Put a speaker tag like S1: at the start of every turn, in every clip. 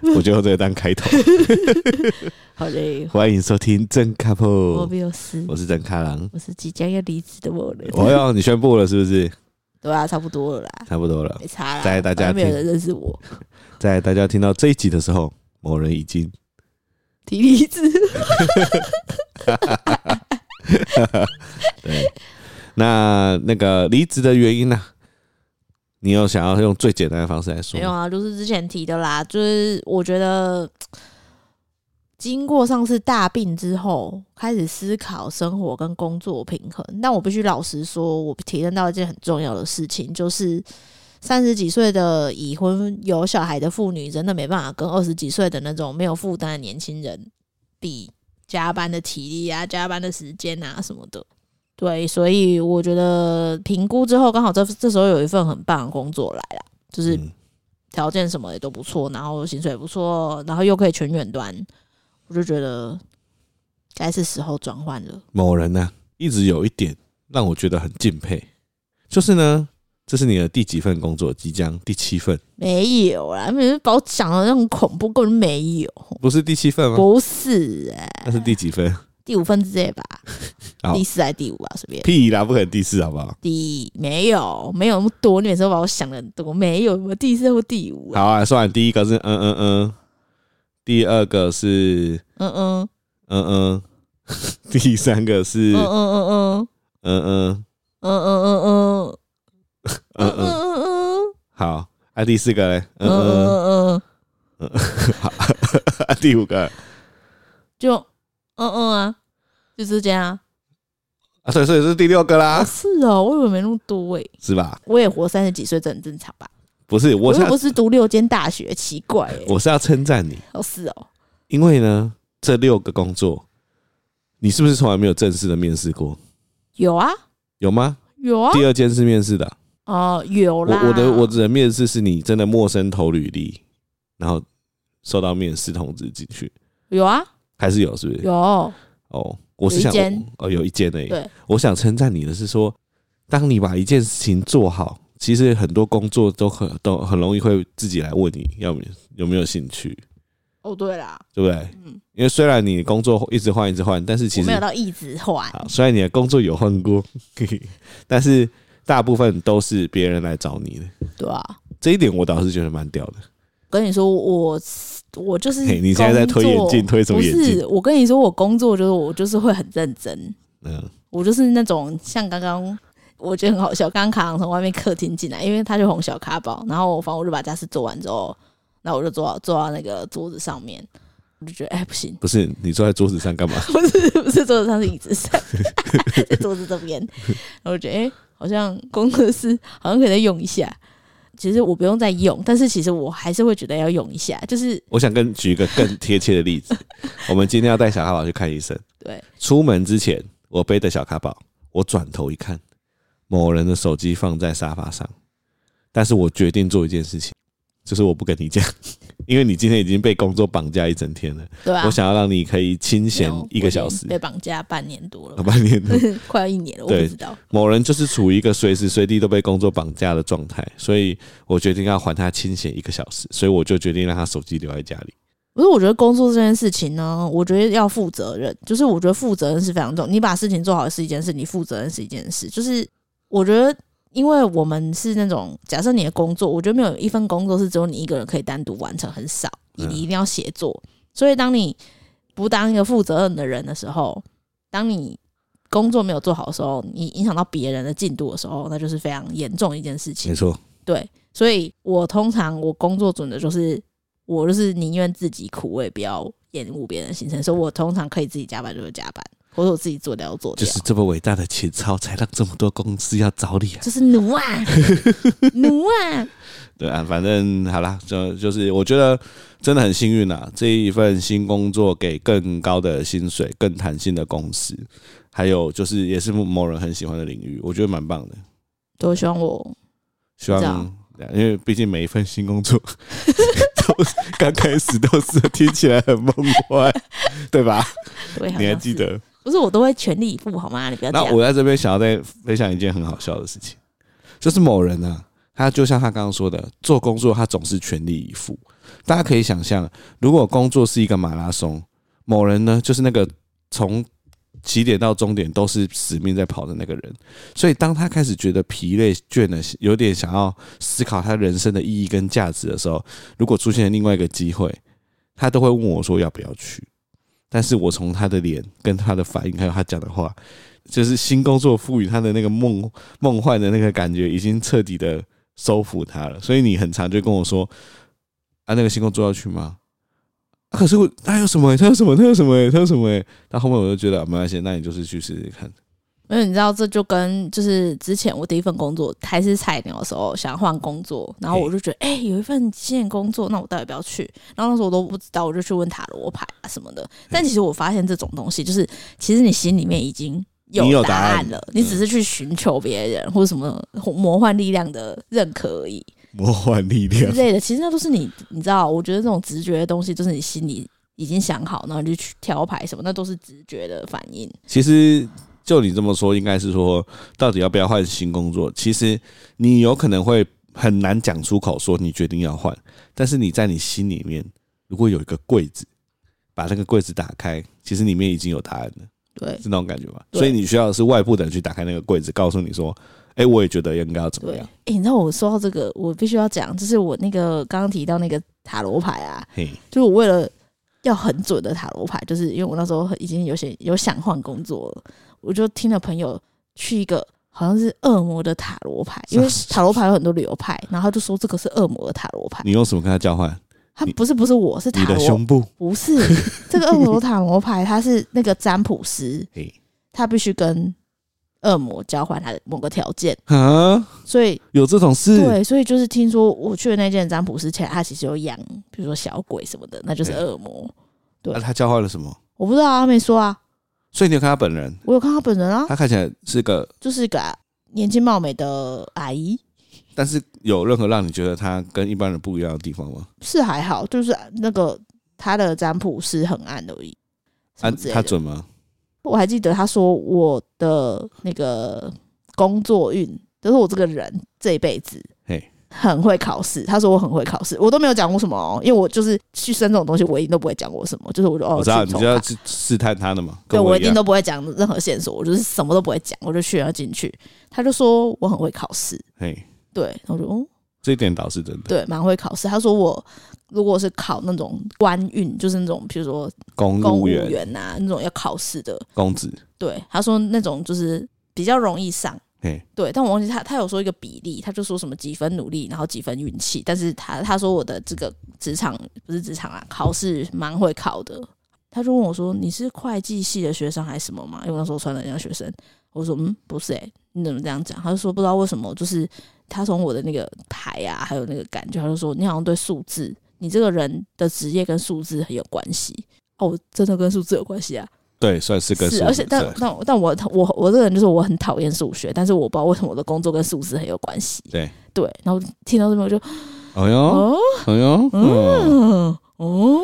S1: 我就用这个当开头。
S2: 好嘞，
S1: 欢迎收听真卡
S2: 哦我
S1: 破，
S2: 没有事，
S1: 我是真卡郎。
S2: 我是即将要离职的我
S1: 我
S2: 了。
S1: 要你宣布了是不是？
S2: 对啊，差不多了啦，
S1: 差不多了
S2: 没。差啦。
S1: 再来大家
S2: 反正没有
S1: 听
S2: 人认识我，
S1: 在大家听到这一集的时候，某人已经
S2: 提离职。
S1: 对。那那个离职的原因呢、你有想要用最简单的方式来说
S2: 没
S1: 吗？
S2: 有啊，就是之前提的啦，就是我觉得经过上次大病之后，开始思考生活跟工作平衡。但我必须老实说，我体验到一件很重要的事情，就是三十几岁的已婚有小孩的妇女，真的没办法跟二十几岁的那种没有负担的年轻人比加班的体力啊、加班的时间啊什么的。对，所以我觉得评估之后，刚好这这时候有一份很棒的工作来啦，就是
S1: 嗯
S2: 条件什么也都不错，然后薪水也不错，然后又可以全远端，我就觉得该是时候转换了。
S1: 某人呢、一直有一点让我觉得很敬佩，就是呢，这是你的第几份工作？即将第七份，
S2: 没有啦，你们把我讲的那么恐怖，根本没有，
S1: 不是第七份吗？
S2: 哦不是、欸，
S1: 那是第几份？
S2: 第五分之类吧
S1: 好，
S2: 第四还是第五啊，随便。
S1: 屁啦，不可能第四，好不好？
S2: 第没有没有那么多，你每次都把我想的很多，没有我第四或第五、啊，
S1: 好啊，算了，第一个是嗯嗯嗯，第二个是
S2: 嗯嗯
S1: 嗯嗯， 第三个是
S2: 嗯嗯嗯嗯
S1: 嗯嗯
S2: 嗯嗯嗯嗯
S1: 嗯
S2: 嗯
S1: 嗯，
S2: 嗯嗯
S1: 好。啊，第四个嘞，嗯
S2: 嗯
S1: 嗯，
S2: 嗯嗯，
S1: 啊，第五个，
S2: 就嗯嗯啊，就是这样啊。
S1: 啊，所以所以是第六个
S2: 哦，
S1: 啦，
S2: 是哦，我以为没那么多诶、
S1: 是吧？
S2: 我也活三十几岁，这很正常吧？
S1: 不是，
S2: 我
S1: 我是
S2: 又
S1: 要
S2: 不是读六间大学，奇怪、欸。
S1: 我是要称赞你，
S2: 哦，是哦，
S1: 因为呢，这六个工作，你是不是从来没有正式的面试过？
S2: 有啊，
S1: 有吗？
S2: 有啊，
S1: 第二间是面试的啊，
S2: 哦、有啦。
S1: 我我的我指的面试是你真的陌生投履历，然后收到面试通知进去，
S2: 有啊，
S1: 还是有是不是？
S2: 有
S1: 哦，我是想
S2: 有一间
S1: 哦有一间而已。
S2: 对，
S1: 我想称赞你的是说，当你把一件事情做好，其实很多工作都很都很容易会自己来问你要没有没有兴趣，
S2: 哦，对啦，
S1: 对不对？
S2: 嗯，
S1: 因为虽然你工作一直换一直换，但是其
S2: 我
S1: 实
S2: 没有到一直换，
S1: 好，虽然你的工作有换过， 但是大部分都是别人来找你的，
S2: 对啊。
S1: 这一点我倒是觉得蛮屌的。
S2: 跟你说，我我就是
S1: 嘿你现在在推眼镜
S2: 工作
S1: 推什么眼镜
S2: 不是，我跟你说，我工作就是我就是会很认真，
S1: 嗯，
S2: 我就是那种像刚刚我觉得很好笑，刚刚卡郎从外面客厅进来，因为他就红小卡包，然后我反正我就把家事做完之后，然后我就坐到坐到那个桌子上面，我就觉得哎、不行，
S1: 不是你坐在桌子上干嘛？
S2: 不是不是桌子上是椅子上， 在桌子这边， 然后我觉得哎、好像工作室好像可以再用一下。其实我不用再用，但是其实我还是会觉得要用一下，就是
S1: 我想跟举一个更贴切的例 子，我们今天要带小卡宝去看医生。
S2: 对，
S1: 出门之前，我背着小卡宝，我转头一看，某人的手机放在沙发上，但是我决定做一件事情，就是我不跟你讲， 因为你今天已经被工作绑架一整天了，
S2: 对吧、
S1: 我想要让你可以清闲
S2: 有
S1: 一个小
S2: 我已
S1: 时
S2: 经，被绑架半年多了
S1: 好
S2: 吧，
S1: 半年了。
S2: 快要一年了，我
S1: 对
S2: 不知道。
S1: 某人就是处于一个随时随地都被工作绑架的状态，所以我决定要还他清闲一个小时，所以我就决定让他手机留在家里。
S2: 不是，我觉得工作这件事情呢，我觉得要负责任，就是我觉得负责任是非常重要。你把事情做好是一件事，你负责任是一件事。就是我觉得，因为我们是那种假设你的工作，我觉得没有一份工作是只有你一个人可以单独完成，很少，你
S1: 嗯
S2: 一定要协作。所以当你不当一个负责任的人的时候，当你工作没有做好的时候，你影响到别人的进度的时候，那就是非常严重的一件事情
S1: 没。错，
S2: 对，所以我通常我工作准的就是，我就是宁愿自己苦，我也不要延误别人的行程，所以我通常可以自己加班就是加班，或者我自己做掉就做
S1: 就
S2: 掉，
S1: 是这么伟大的情操，才让这么多公司要找你啊！
S2: 就是 奴啊，奴啊，
S1: 对啊，反正好啦，就就是我觉得真的很幸运啦，这一份新工作给更高的薪水、更弹性的公司，还有就是也是某人很喜欢的领域，我觉得蛮棒的。
S2: 都希望我
S1: 希
S2: 这
S1: 望
S2: 样，
S1: 对啊因为毕竟每一份新工作 都 是刚开始都是听起来很梦幻，对吧？
S2: 对，好
S1: 你还
S2: 像
S1: 记
S2: 是？
S1: 得？
S2: 不是，我都会全力以赴，好吗？你不要这
S1: 那
S2: 样。
S1: 我在这边想要再分享一件很好笑的事情，就是某人呢、啊，他就像他刚刚说的，做工作他总是全力以赴，大家可以想象，如果工作是一个马拉松，某人呢就是那个从起点到终点都是死命在跑的那个人，所以当他开始觉得疲累、倦了，有点想要思考他人生的意义跟价值的时候，如果出现另外一个机会，他都会问我说要不要去。但是我从他的脸、跟他的反应，还有他讲的话，就是新工作赋予他的那个梦梦幻的那个感觉，已经彻底的收服他了。所以你很常就跟我说：“啊，那个新工作要去吗？”啊、可是我他有什么、他有什么？他有什么、他有什么、欸到后面我就觉得、啊没关系，那你就是去试试看。
S2: 因为你知道，这就跟就是之前我第一份工作还是菜鸟的时候，想换工作，然后我就觉得，哎、有一份新的工作，那我到底要不要去？然后那时候我都不知道，我就去问塔罗牌啊什么的。但其实我发现这种东西，就是其实你心里面已经
S1: 你有答
S2: 答
S1: 案
S2: 案了，你只是去寻求别人或者什么魔幻力量的认可而已
S1: 魔幻力
S2: 之
S1: 量，
S2: 类的。其实那都是你，你知道，我觉得这种直觉的东西，就是你心里已经想好，然后你就去挑牌什么，那都是直觉的反应。
S1: 其实就你这么说，应该是说到底要不要换新工作？其实你有可能会很难讲出口说你决定要换，但是你在你心里面如果有一个柜子，把那个柜子打开，其实里面已经有答案了，
S2: 对
S1: 是那种感觉吧？
S2: 对
S1: 所以你需要的是外部的人去打开那个柜子，告诉你说：“哎、我也觉得应该要怎么
S2: 对，哎
S1: 样、。
S2: 你知道我说到这个，我必须要讲，就是我那个刚刚提到那个塔罗牌啊，”
S1: 嘿，
S2: 就是我为了要很准的塔罗牌，就是因为我那时候已经有些有想换工作了，我就听了朋友去一个好像是恶魔的塔罗牌，因为塔罗牌有很多流派，然后他就说这个是恶魔的塔罗牌，
S1: 你用什么跟他交换？
S2: 他
S1: 你
S2: 不是不是我是
S1: 你
S2: 塔
S1: 的
S2: 罗，
S1: 胸部，
S2: 不是这个恶魔塔罗牌，他是那个占卜师，
S1: 嘿，
S2: 他必须跟恶魔交换他的某个条件，
S1: 啊，
S2: 所以
S1: 有这种事？
S2: 对，所以就是听说我去的那间占卜师前，他其实有养，比如说小鬼什么的，那就是
S1: 对
S2: 恶魔。对
S1: 那、啊他交换了什么？
S2: 我不知道啊，他没说啊，
S1: 所以你有看他本人，
S2: 我有看他本人啊，
S1: 他看起来是个
S2: 就是个年轻貌美的阿姨，
S1: 但是有任何让你觉得他跟一般人不一样的地方吗？
S2: 是还好，就是那个他的占卜是很暗而已。什
S1: 啊
S2: 么之，类
S1: 他
S2: 的
S1: 准吗？
S2: 我还记得他说我的那个工作运，就是我这个人这一辈子
S1: 嘿，
S2: 很会考试。他说我很会考试，我都没有讲过什么、哦，因为我就是去生这种东西，我一定都不会讲过什么。就是我就哦，
S1: 我知道，
S2: 去
S1: 你
S2: 抽
S1: 就要
S2: 卡
S1: 去试探他的嘛。
S2: 对
S1: 跟
S2: 我一
S1: 一
S2: 定
S1: 样。
S2: 都不会讲任何线索，我就是什么都不会讲，我就去然后进去。他就说我很会考试，
S1: 嘿，
S2: 对，然后我就嗯，
S1: 这一点倒是真的。
S2: 对，蛮会考试。他说我如果是考那种官运，就是那种比如说
S1: 公
S2: 公务
S1: 务员、
S2: 员啊那种要考试的，
S1: 公子，
S2: 对，他说那种就是比较容易上。
S1: 嘿，
S2: 对，但我忘记他，他有说一个比例，他就说什么几分努力，然后几分运气。但是他他说我的这个职场不是职场啊，考试蛮会考的。他就问我说：“你是会计系的学生还是什么嘛？”因为我那时候穿的像学生，我说：“嗯，不是诶、你怎么这样讲？”他就说：“不知道为什么，就是他从我的那个牌啊，还有那个感觉，他就说你好像对数字，你这个人的职业跟数字很有关系。”哦，我真的跟数字有关系啊！
S1: 对，算是个
S2: 是，
S1: 数
S2: 而且但
S1: 对
S2: 但但我我我这个人就是我很讨厌数学，但是我不知道为什么我的工作跟数字很有关系。
S1: 对，
S2: 对，然后听到这边我就
S1: 哎呦，
S2: 哦
S1: 哎呦，嗯，
S2: 嗯哦，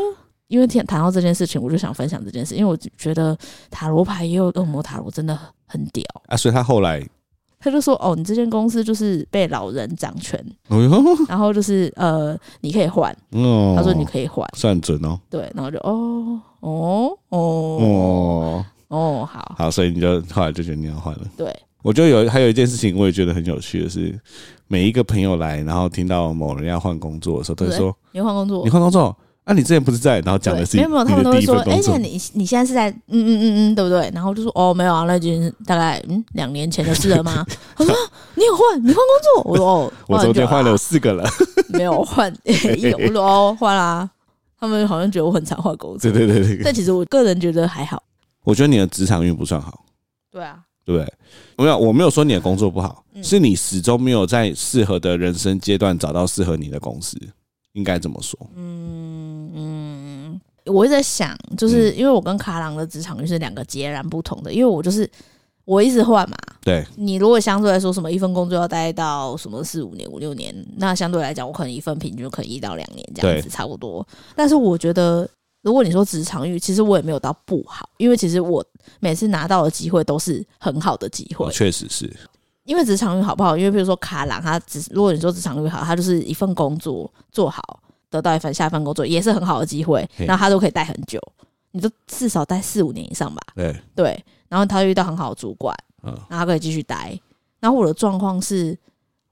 S2: 因为谈谈到这件事情，我就想分享这件事，因为我觉得塔罗牌也有恶魔塔罗真的很屌。
S1: 啊，所以他后来，
S2: 他就说：“哦，你这间公司就是被老人掌 权，
S1: 哎呦，
S2: 然后就是呃，你可以换。
S1: 哦，
S2: 他说你可以换，
S1: 算准哦，
S2: 对，然后我就哦哦哦
S1: 哦，
S2: 哦，好，
S1: 好，所以你就后来就决定要换了。
S2: 对，
S1: 我就有还有一件事情，我也觉得很有趣的是，每一个朋友来，然后听到某人要换工作的时候，他就
S2: 对
S1: 说：“
S2: 你换工作
S1: 你，换工作？啊，你之前不是在？然后讲
S2: 对
S1: 的是你
S2: 没有没有，
S1: 的
S2: 他们都会
S1: 第一
S2: 说
S1: 份，
S2: 哎
S1: 工，
S2: 那
S1: 作，
S2: 你你现在是在嗯嗯嗯嗯，对不对？然后就说哦，没有啊，那已经大概嗯两年前的事 了吗？他说啊你有换，你换工作？我说哦，
S1: 我中间
S2: 很久
S1: 换了
S2: 啊
S1: 有，四个了。
S2: 没有换有，我说哦换啦。他们好像觉得我很常换工
S1: 对
S2: 作，
S1: 对对对，
S2: 但其实我个人觉得还好。
S1: 我觉得你的职场运不算好，
S2: 对啊，
S1: 对不对？没有，我没有说你的工作不好，
S2: 嗯
S1: 是你始终没有在适合的人生阶段找到适合你的公司，应该这么说。
S2: 嗯嗯，我一直在想，就是
S1: 嗯
S2: 因为我跟卡郎的职场就是两个截然不同的，因为我就是我一直换嘛，
S1: 对，
S2: 你如果相对来说，什么一份工作要待到什么四五年、五六年，那相对来讲，我可能一份平均可能一到两年这样子，差不多。但是我觉得，如果你说职场域，其实我也没有到不好，因为其实我每次拿到的机会都是很好的机会
S1: 我。确实是，
S2: 因为职场运好不好？因为比如说卡朗，他只如果你说职场运好，他就是一份工作做好，得到一份下一份工作，也是很好的机会，
S1: 嘿
S2: 然后他都可以待很久，你都至少待四五年以上吧，
S1: 对，
S2: 对，然后他遇到很好的主管，
S1: 嗯，
S2: 然后他可以继续待。然后我的状况是，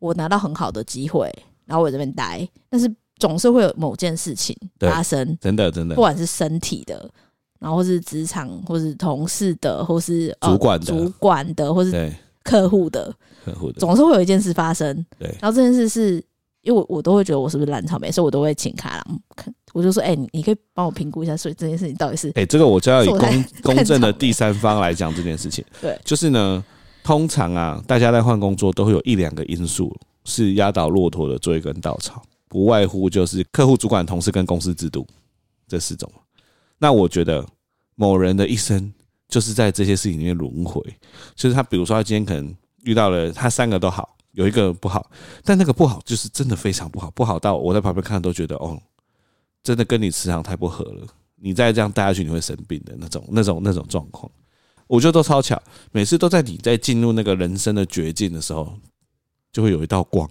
S2: 我拿到很好的机会，然后我在这边待，但是总是会有某件事情
S1: 对
S2: 发生，
S1: 真的真的
S2: 不，管是身体的，然后或是职场，或是同事的，或是、呃
S1: 主管的
S2: 主管的，或是
S1: 对，
S2: 客户的，
S1: 客户的，
S2: 总是会有一件事发生。
S1: 对
S2: 然后这件事是因为我我都会觉得我是不是烂草莓，所以我都会请卡郎，我就说，哎、你你可以帮我评估一下，所以这件事情到底是
S1: 哎、这个我就要以
S2: 是我在
S1: 公
S2: 看
S1: 公正的
S2: 场面
S1: 第三方来讲这件事情。
S2: 对，
S1: 就是呢，通常啊，大家在换工作都会有一两个因素是压倒骆驼的最后一根稻草，不外乎就是客户、主管、同事跟公司制度这四种。那我觉得某人的一生就是在这些事情里面轮回，就是他比如说他今天可能遇到了他三个都好，有一个不好，但那个不好就是真的非常不好，不好到我在旁边看都觉得哦，真的跟你磁场太不合了。你再这样待下去，你会生病的那种、那种、那种状况，我觉得都超巧。每次都在你在进入那个人生的绝境的时候，就会有一道光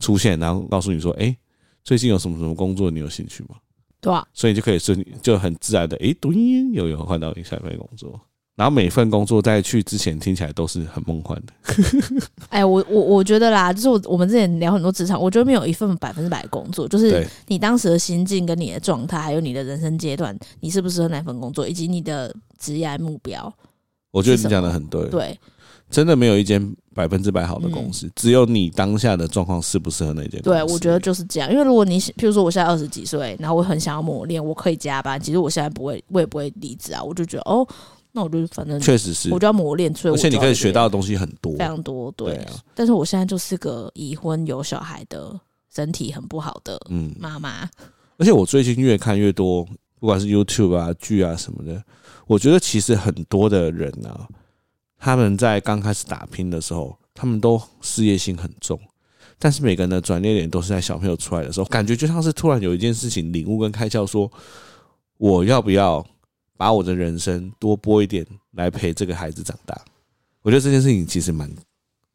S1: 出现，然后告诉你说：“哎、最近有什么什么工作你有兴趣吗
S2: 对吧、？”
S1: 所以你就可以顺就很自然的，哎、咚，又有换到你下一份工作。然后每份工作在去之前听起来都是很梦幻的，
S2: 哎，我我我觉得啦，就是我我们之前聊很多职场，我觉得没有一份百分之百的工作，就是
S1: 对
S2: 你当时的心境、跟你的状态，还有你的人生阶段，你适不适合哪份工作，以及你的职业目标。
S1: 我觉得你讲的很对，
S2: 对，嗯
S1: 真的没有一间百分之百好的公司，只有你当下的状况适不适合那间公司。
S2: 对，我觉得就是这样。因为如果你譬如说我现在二十几岁，然后我很想要磨练，我可以加班，其实我现在不会，我也不会离职啊。我就觉得哦，那我就反正
S1: 确实是
S2: 我，就要磨练，所
S1: 而
S2: 以我
S1: 且你
S2: 就要
S1: 可以
S2: 这
S1: 学
S2: 边
S1: 到的东西很多
S2: 非。常多。对，
S1: 对啊
S2: 但是我现在就是个已婚有小孩的，身体很不好的
S1: 嗯，
S2: 妈妈。
S1: 而且我最近越看越多，不管是 YouTube 啊、剧啊什么的，我觉得其实很多的人啊，他们在刚开始打拼的时候，他们都事业心很重，但是每个人的转捩点都是在小朋友出来的时候，感觉就像是突然有一件事情领悟跟开窍，说我要不要把我的人生多拨一点来陪这个孩子长大？我觉得这件事情其实蛮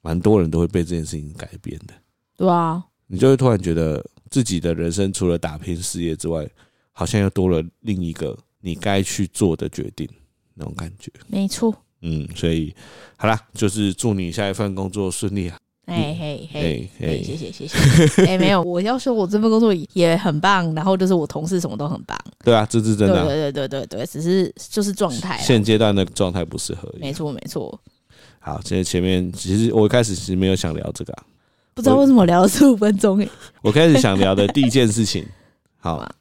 S1: 蛮多人都会被这件事情改变的。
S2: 对啊，
S1: 你就会突然觉得自己的人生除了打拼事业之外，好像又多了另一个你该去做的决定那种感觉。
S2: 没错。
S1: 嗯，所以好啦，就是祝你下一份工作顺利啊！
S2: 哎嘿嘿。
S1: 哎
S2: 哎，谢
S1: 哎，
S2: 谢谢谢。哎，没有，我要说我这份工作也很棒，然后就是我同事什么都很棒，
S1: 对啊，这是真
S2: 对
S1: 的啊、
S2: 对对对对对，只是就是状态啊，
S1: 现阶段的状态不适合。
S2: 没错没错。
S1: 好，现在前面其实我一开始其实没有想聊这个、啊，
S2: 不知道为什么聊了十五分钟哎，
S1: 我开始想聊的第一件事情， 好
S2: 哇，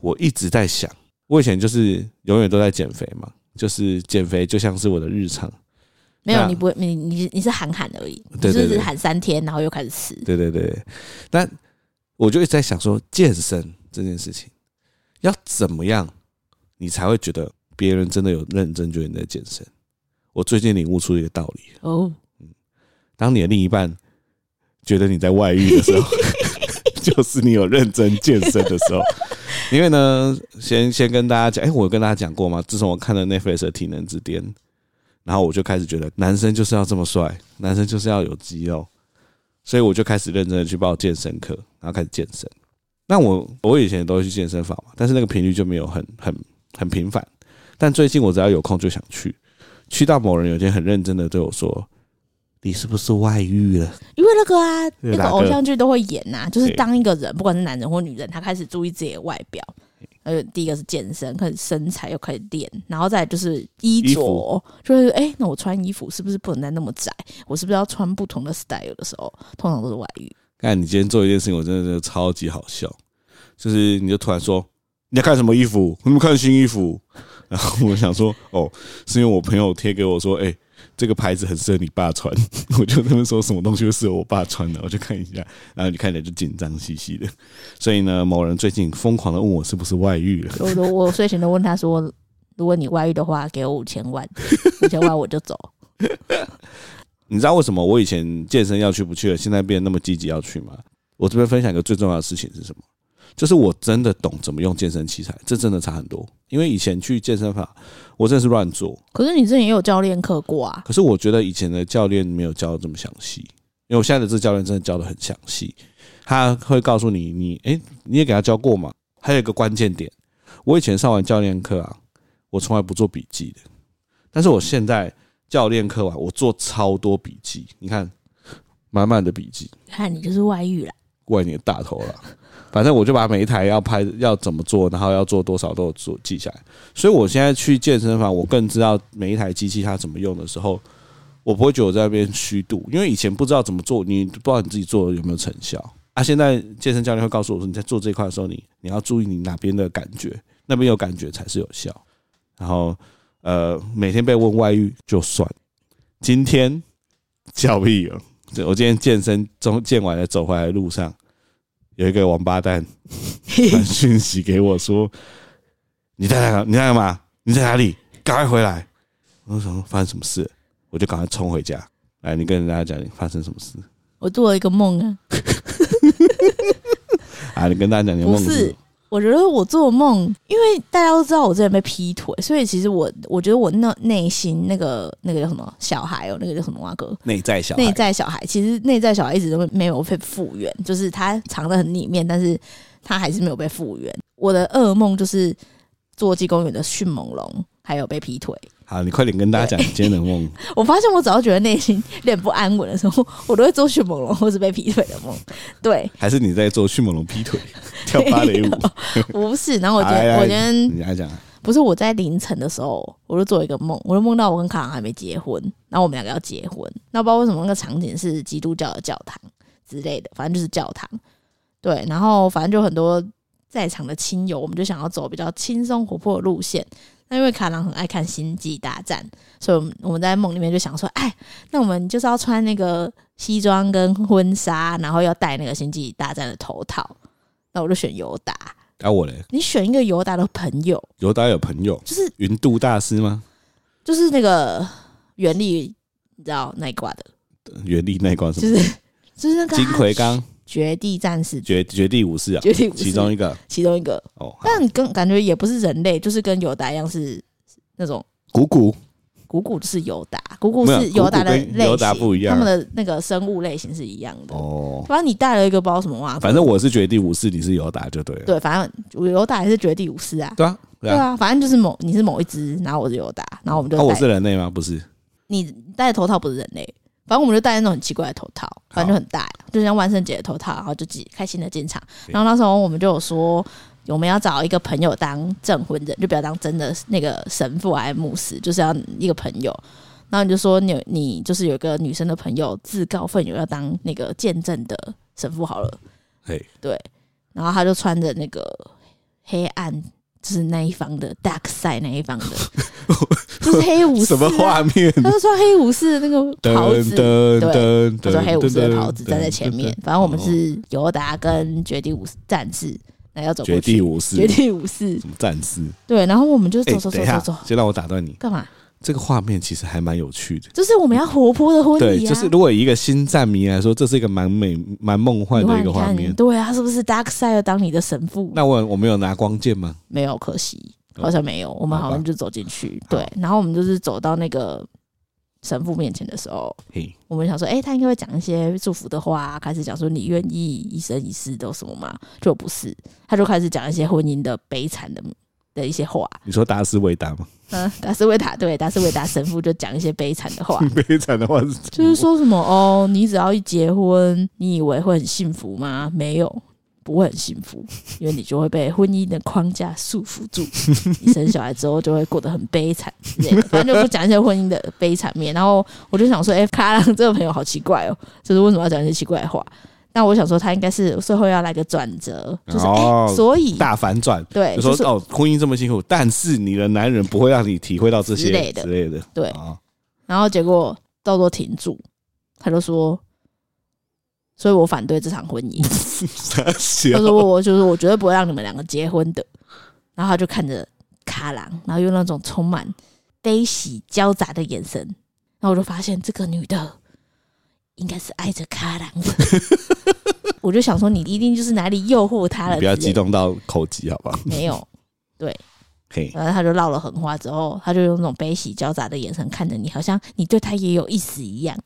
S1: 我一直在想，我以前就是永远都在减肥嘛，就是减肥就像是我的日常。
S2: 没有
S1: 那
S2: 你不会你你你是喊喊而已，你
S1: 对
S2: 就
S1: 对
S2: 是
S1: 对
S2: 喊三天，然后又开始吃，
S1: 对对对，对但我就一直在想说，健身这件事情要怎么样，你才会觉得别人真的有认真觉得你在健身？我最近领悟出一个道理：
S2: 哦，
S1: 当你的另一半觉得你在外遇的时候，就是你有认真健身的时候。因为呢，先先跟大家讲，哎、我有跟大家讲过吗？自从我看了 Netflix 的《体能之巅》，然后我就开始觉得男生就是要这么帅，男生就是要有肌肉，所以我就开始认真的去报健身课，然后开始健身。那我我以前也都会去健身房嘛，但是那个频率就没有很很很频繁。但最近我只要有空就想去，去到某人有一天很认真的对我说：“你是不是外遇了
S2: 因为那个啊，
S1: 对
S2: 那个
S1: 哪个
S2: 偶像剧都会演呐、就是
S1: 对
S2: 当一个人，不管是男人或女人，他开始注意自己的外表，呃，第一个是健身，开始身材又开始练，然后再来就是衣
S1: 衣
S2: 着
S1: 服，
S2: 就是哎、诶那我穿衣服是不是不能再那么窄？我是不是要穿不同的 style 的时候，通常都是外遇。？”
S1: 看你今天做一件事情，我真的真的超级好笑，就是你就突然说。你在看什么衣服？你有没有看新衣服？ 然后我想说，哦，是因为我朋友贴给我说，哎、这个牌子很适合你爸穿。 我就跟他们说什么东西会适合我爸穿的，我就看一下，然后你看起来就紧张兮兮的。所以呢，某人最近疯狂的问我是不是外遇了。
S2: 所以我都我睡前都问他说， 如果你外遇的话，给我五千万， 五千万我就走。
S1: 你知道为什么我以前健身要去不去了，现在变得那么积极要去吗？我这边分享一个最重要的事情是什么？就是我真的懂怎么用健身器材，这真的差很多。因为以前去健身房，我真的是乱做，
S2: 可是你之前也有教练课过啊，
S1: 可是我觉得以前的教练没有教的这么详细，因为我现在的这教练真的教的很详细。他会告诉你，你诶、你也给他教过嘛？还有一个关键点，我以前上完教练课啊，我从来不做笔记的，但是我现在教练课完，我做超多笔记，你看，满满的笔记，
S2: 看你就是外遇啦，
S1: 怪你的大头了。反正我就把每一台要拍要怎么做，然后要做多少都有做记下来。所以我现在去健身房，我更知道每一台机器它怎么用的时候，我不会觉得我在那边虚度，因为以前不知道怎么做，你不知道你自己做的有没有成效啊。现在健身教练会告诉我说，你在做这一块的时候，你你要注意你哪边的感觉，那边有感觉才是有效。然后呃，每天被问外遇就算，今天叫屁了。对我今天健身中健完了走回来的路上，有一个王八蛋 传讯息给我说：“你在哪？你在干嘛？你在哪里？赶快回来！”我想说发生什么事了，我就赶快冲回家。来，你跟大家讲你发生什么事
S2: 我做了一个梦啊。
S1: 啊？你跟大家讲你的梦
S2: 不是
S1: 是
S2: 我觉得我做梦，因为大家都知道我之前被劈腿，所以其实我我觉得我那内心那个那个叫什么小孩哦，那个叫什么啊哥，
S1: 内在小
S2: 内
S1: 孩，
S2: 在小孩，其实内在小孩一直都没有被复原，就是他藏得很里面，但是他还是没有被复原。我的噩梦就是坐骑公园的迅猛龙，还有被劈腿。
S1: 好，你快点跟大家 讲你今天的梦。
S2: 我发现我只要觉得内心 有点不安稳的时候，我都会做迅猛龙或是被劈腿的梦。对，
S1: 还是你在做迅猛龙劈 腿、跳芭蕾舞？
S2: 不是。然后 我今
S1: 哎
S2: 天
S1: 哎
S2: 我今天
S1: 你来讲啊，
S2: 不是我在凌晨的时候，我就做一个梦，我就梦到我跟卡郎还没结婚，然后我们两个要结婚，那不知道为什么那个场景是基督教的教堂之类的，反正就是教堂。对，然后反正就很多在场的亲友，我们就想要走比较轻松活泼的路线。那因为卡郎很爱看《星际大战》，所以我们我们在梦里面就想说，哎，那我们就是要穿那个西装跟婚纱，然后要戴那个《星际大战》的头套。那我就选尤达，
S1: 啊我嘞，
S2: 你选一个尤达的朋友，
S1: 有打有朋友，
S2: 就是
S1: 云度大师吗？
S2: 就是那个原力，你知道那一挂的，
S1: 原力那一关什
S2: 就
S1: 么？
S2: 是 就是那个
S1: 金奎刚
S2: 绝地战士，
S1: 绝绝地武士啊，
S2: 绝地武士
S1: 其中一个
S2: 其中一个，
S1: 哦，好
S2: 但跟感觉也不是人类，就是跟尤达一样是那种
S1: 谷谷
S2: 古古就是尤达，古古
S1: 没
S2: 是
S1: 有
S2: 尤达的
S1: 古古跟
S2: 类
S1: 尤达
S2: 型，
S1: 不一样
S2: 他们的那个生物类型是一样的。
S1: 哦，
S2: 反正你带了一个包什么哇，
S1: 反正我是绝地武士，你是有打就对了。
S2: 对，反正尤达也是绝地武士啊。
S1: 对啊，对
S2: 对
S1: 啊。
S2: 啊，反正就是某你是某一只，然后我是尤达，然后我们就
S1: 啊，我
S2: 戴
S1: 是人类吗？不是，
S2: 你戴的头套不是人类，反正我们就戴那种很奇怪的头套，反正就很大，就像万圣节的头套，然后就自己开心的进场。
S1: 对
S2: 然后那时候我们就有说，我们要找一个朋友当证婚人，就不要当真的那个神父还是牧师，就是要一个朋友。然后你就说你有你就是有一个女生的朋友自告奋勇要当那个见证的神父好了，
S1: 嘿，
S2: 对。然后他就穿着那个黑暗，就是那一方的 dark side 那一方 的，就是黑武士、
S1: 什
S2: 啊。
S1: 么画 面？
S2: 他就穿黑武士的那个袍子，
S1: 噔
S2: 他穿黑武士的袍子站在前面。反正我们
S1: 哦
S2: 是尤达跟绝地武士战士，那要走过
S1: 绝
S2: 去
S1: 地。武士，
S2: 绝地武士，
S1: 什么战士？
S2: 对，然后我们就
S1: 哎
S2: 走，走
S1: 等
S2: 走
S1: 一
S2: 走
S1: 下
S2: 走，，
S1: 先让我打断你。
S2: 干嘛？
S1: 这个画面其实还蛮有趣的。
S2: 就是我们要活泼的婚
S1: 对，
S2: 礼啊！
S1: 就是如果以一个星战迷来说，这是一个蛮美、蛮梦幻
S2: 你
S1: 的
S2: 看
S1: 一个画
S2: 你看
S1: 面。
S2: 对啊，是不是 Dark Side 要当你的神父？
S1: 那我我们有拿光剑吗？
S2: 没有，可惜
S1: 哦
S2: 好像没有，我们
S1: 好吧
S2: 好像就走进去。
S1: 好
S2: 对，然后我们就是走到那个神父面前的时候，
S1: 嘿，
S2: 我们想说，哎、他应该会讲一些祝福的话、开始讲说你愿意一生一世都什么嘛，就不是，他就开始讲一些婚姻的悲惨的的一些话，
S1: 你说达斯维达吗？
S2: 嗯，达斯维达对达斯维达神父就讲一些悲惨的话，
S1: 悲惨的话是什么
S2: 就是说什么哦，你只要一结婚，你以为会很幸福吗？没有，不会很幸福，因为你就会被婚姻的框架束缚 住。你生小孩之后就会过得很悲惨之类的，反正就不讲一些婚姻的悲惨面。然后我就想说，哎、卡郎这个朋友好奇怪哦，就是为什么要讲一些奇怪的话？那我想说，他应该是最后要来个转折，就是哎、
S1: 哦
S2: 所以
S1: 大反转。就
S2: 对，哎就
S1: 说
S2: 是
S1: 哦，婚姻这么辛苦，但是你的男人不会让你体会到这些
S2: 之类的
S1: 之类的。
S2: 对
S1: 啊，
S2: 然后结果到做停住，他就说，所以我反对这场婚姻。
S1: 傻笑
S2: 他说我我就是我绝对不会让你们两个结婚的。然后他就看着卡郎，然后用那种充满悲喜交杂的眼神，然后我就发现这个女的应该是爱着卡郎的。 我就想说，你一定就是哪里诱惑他了。
S1: 你不要激，动到口急，好不好？
S2: 没有。
S1: 嘿，
S2: 然后他就唠了狠话之后，他就用那种悲喜交杂的眼神看着你，好像你对他也有意思一样。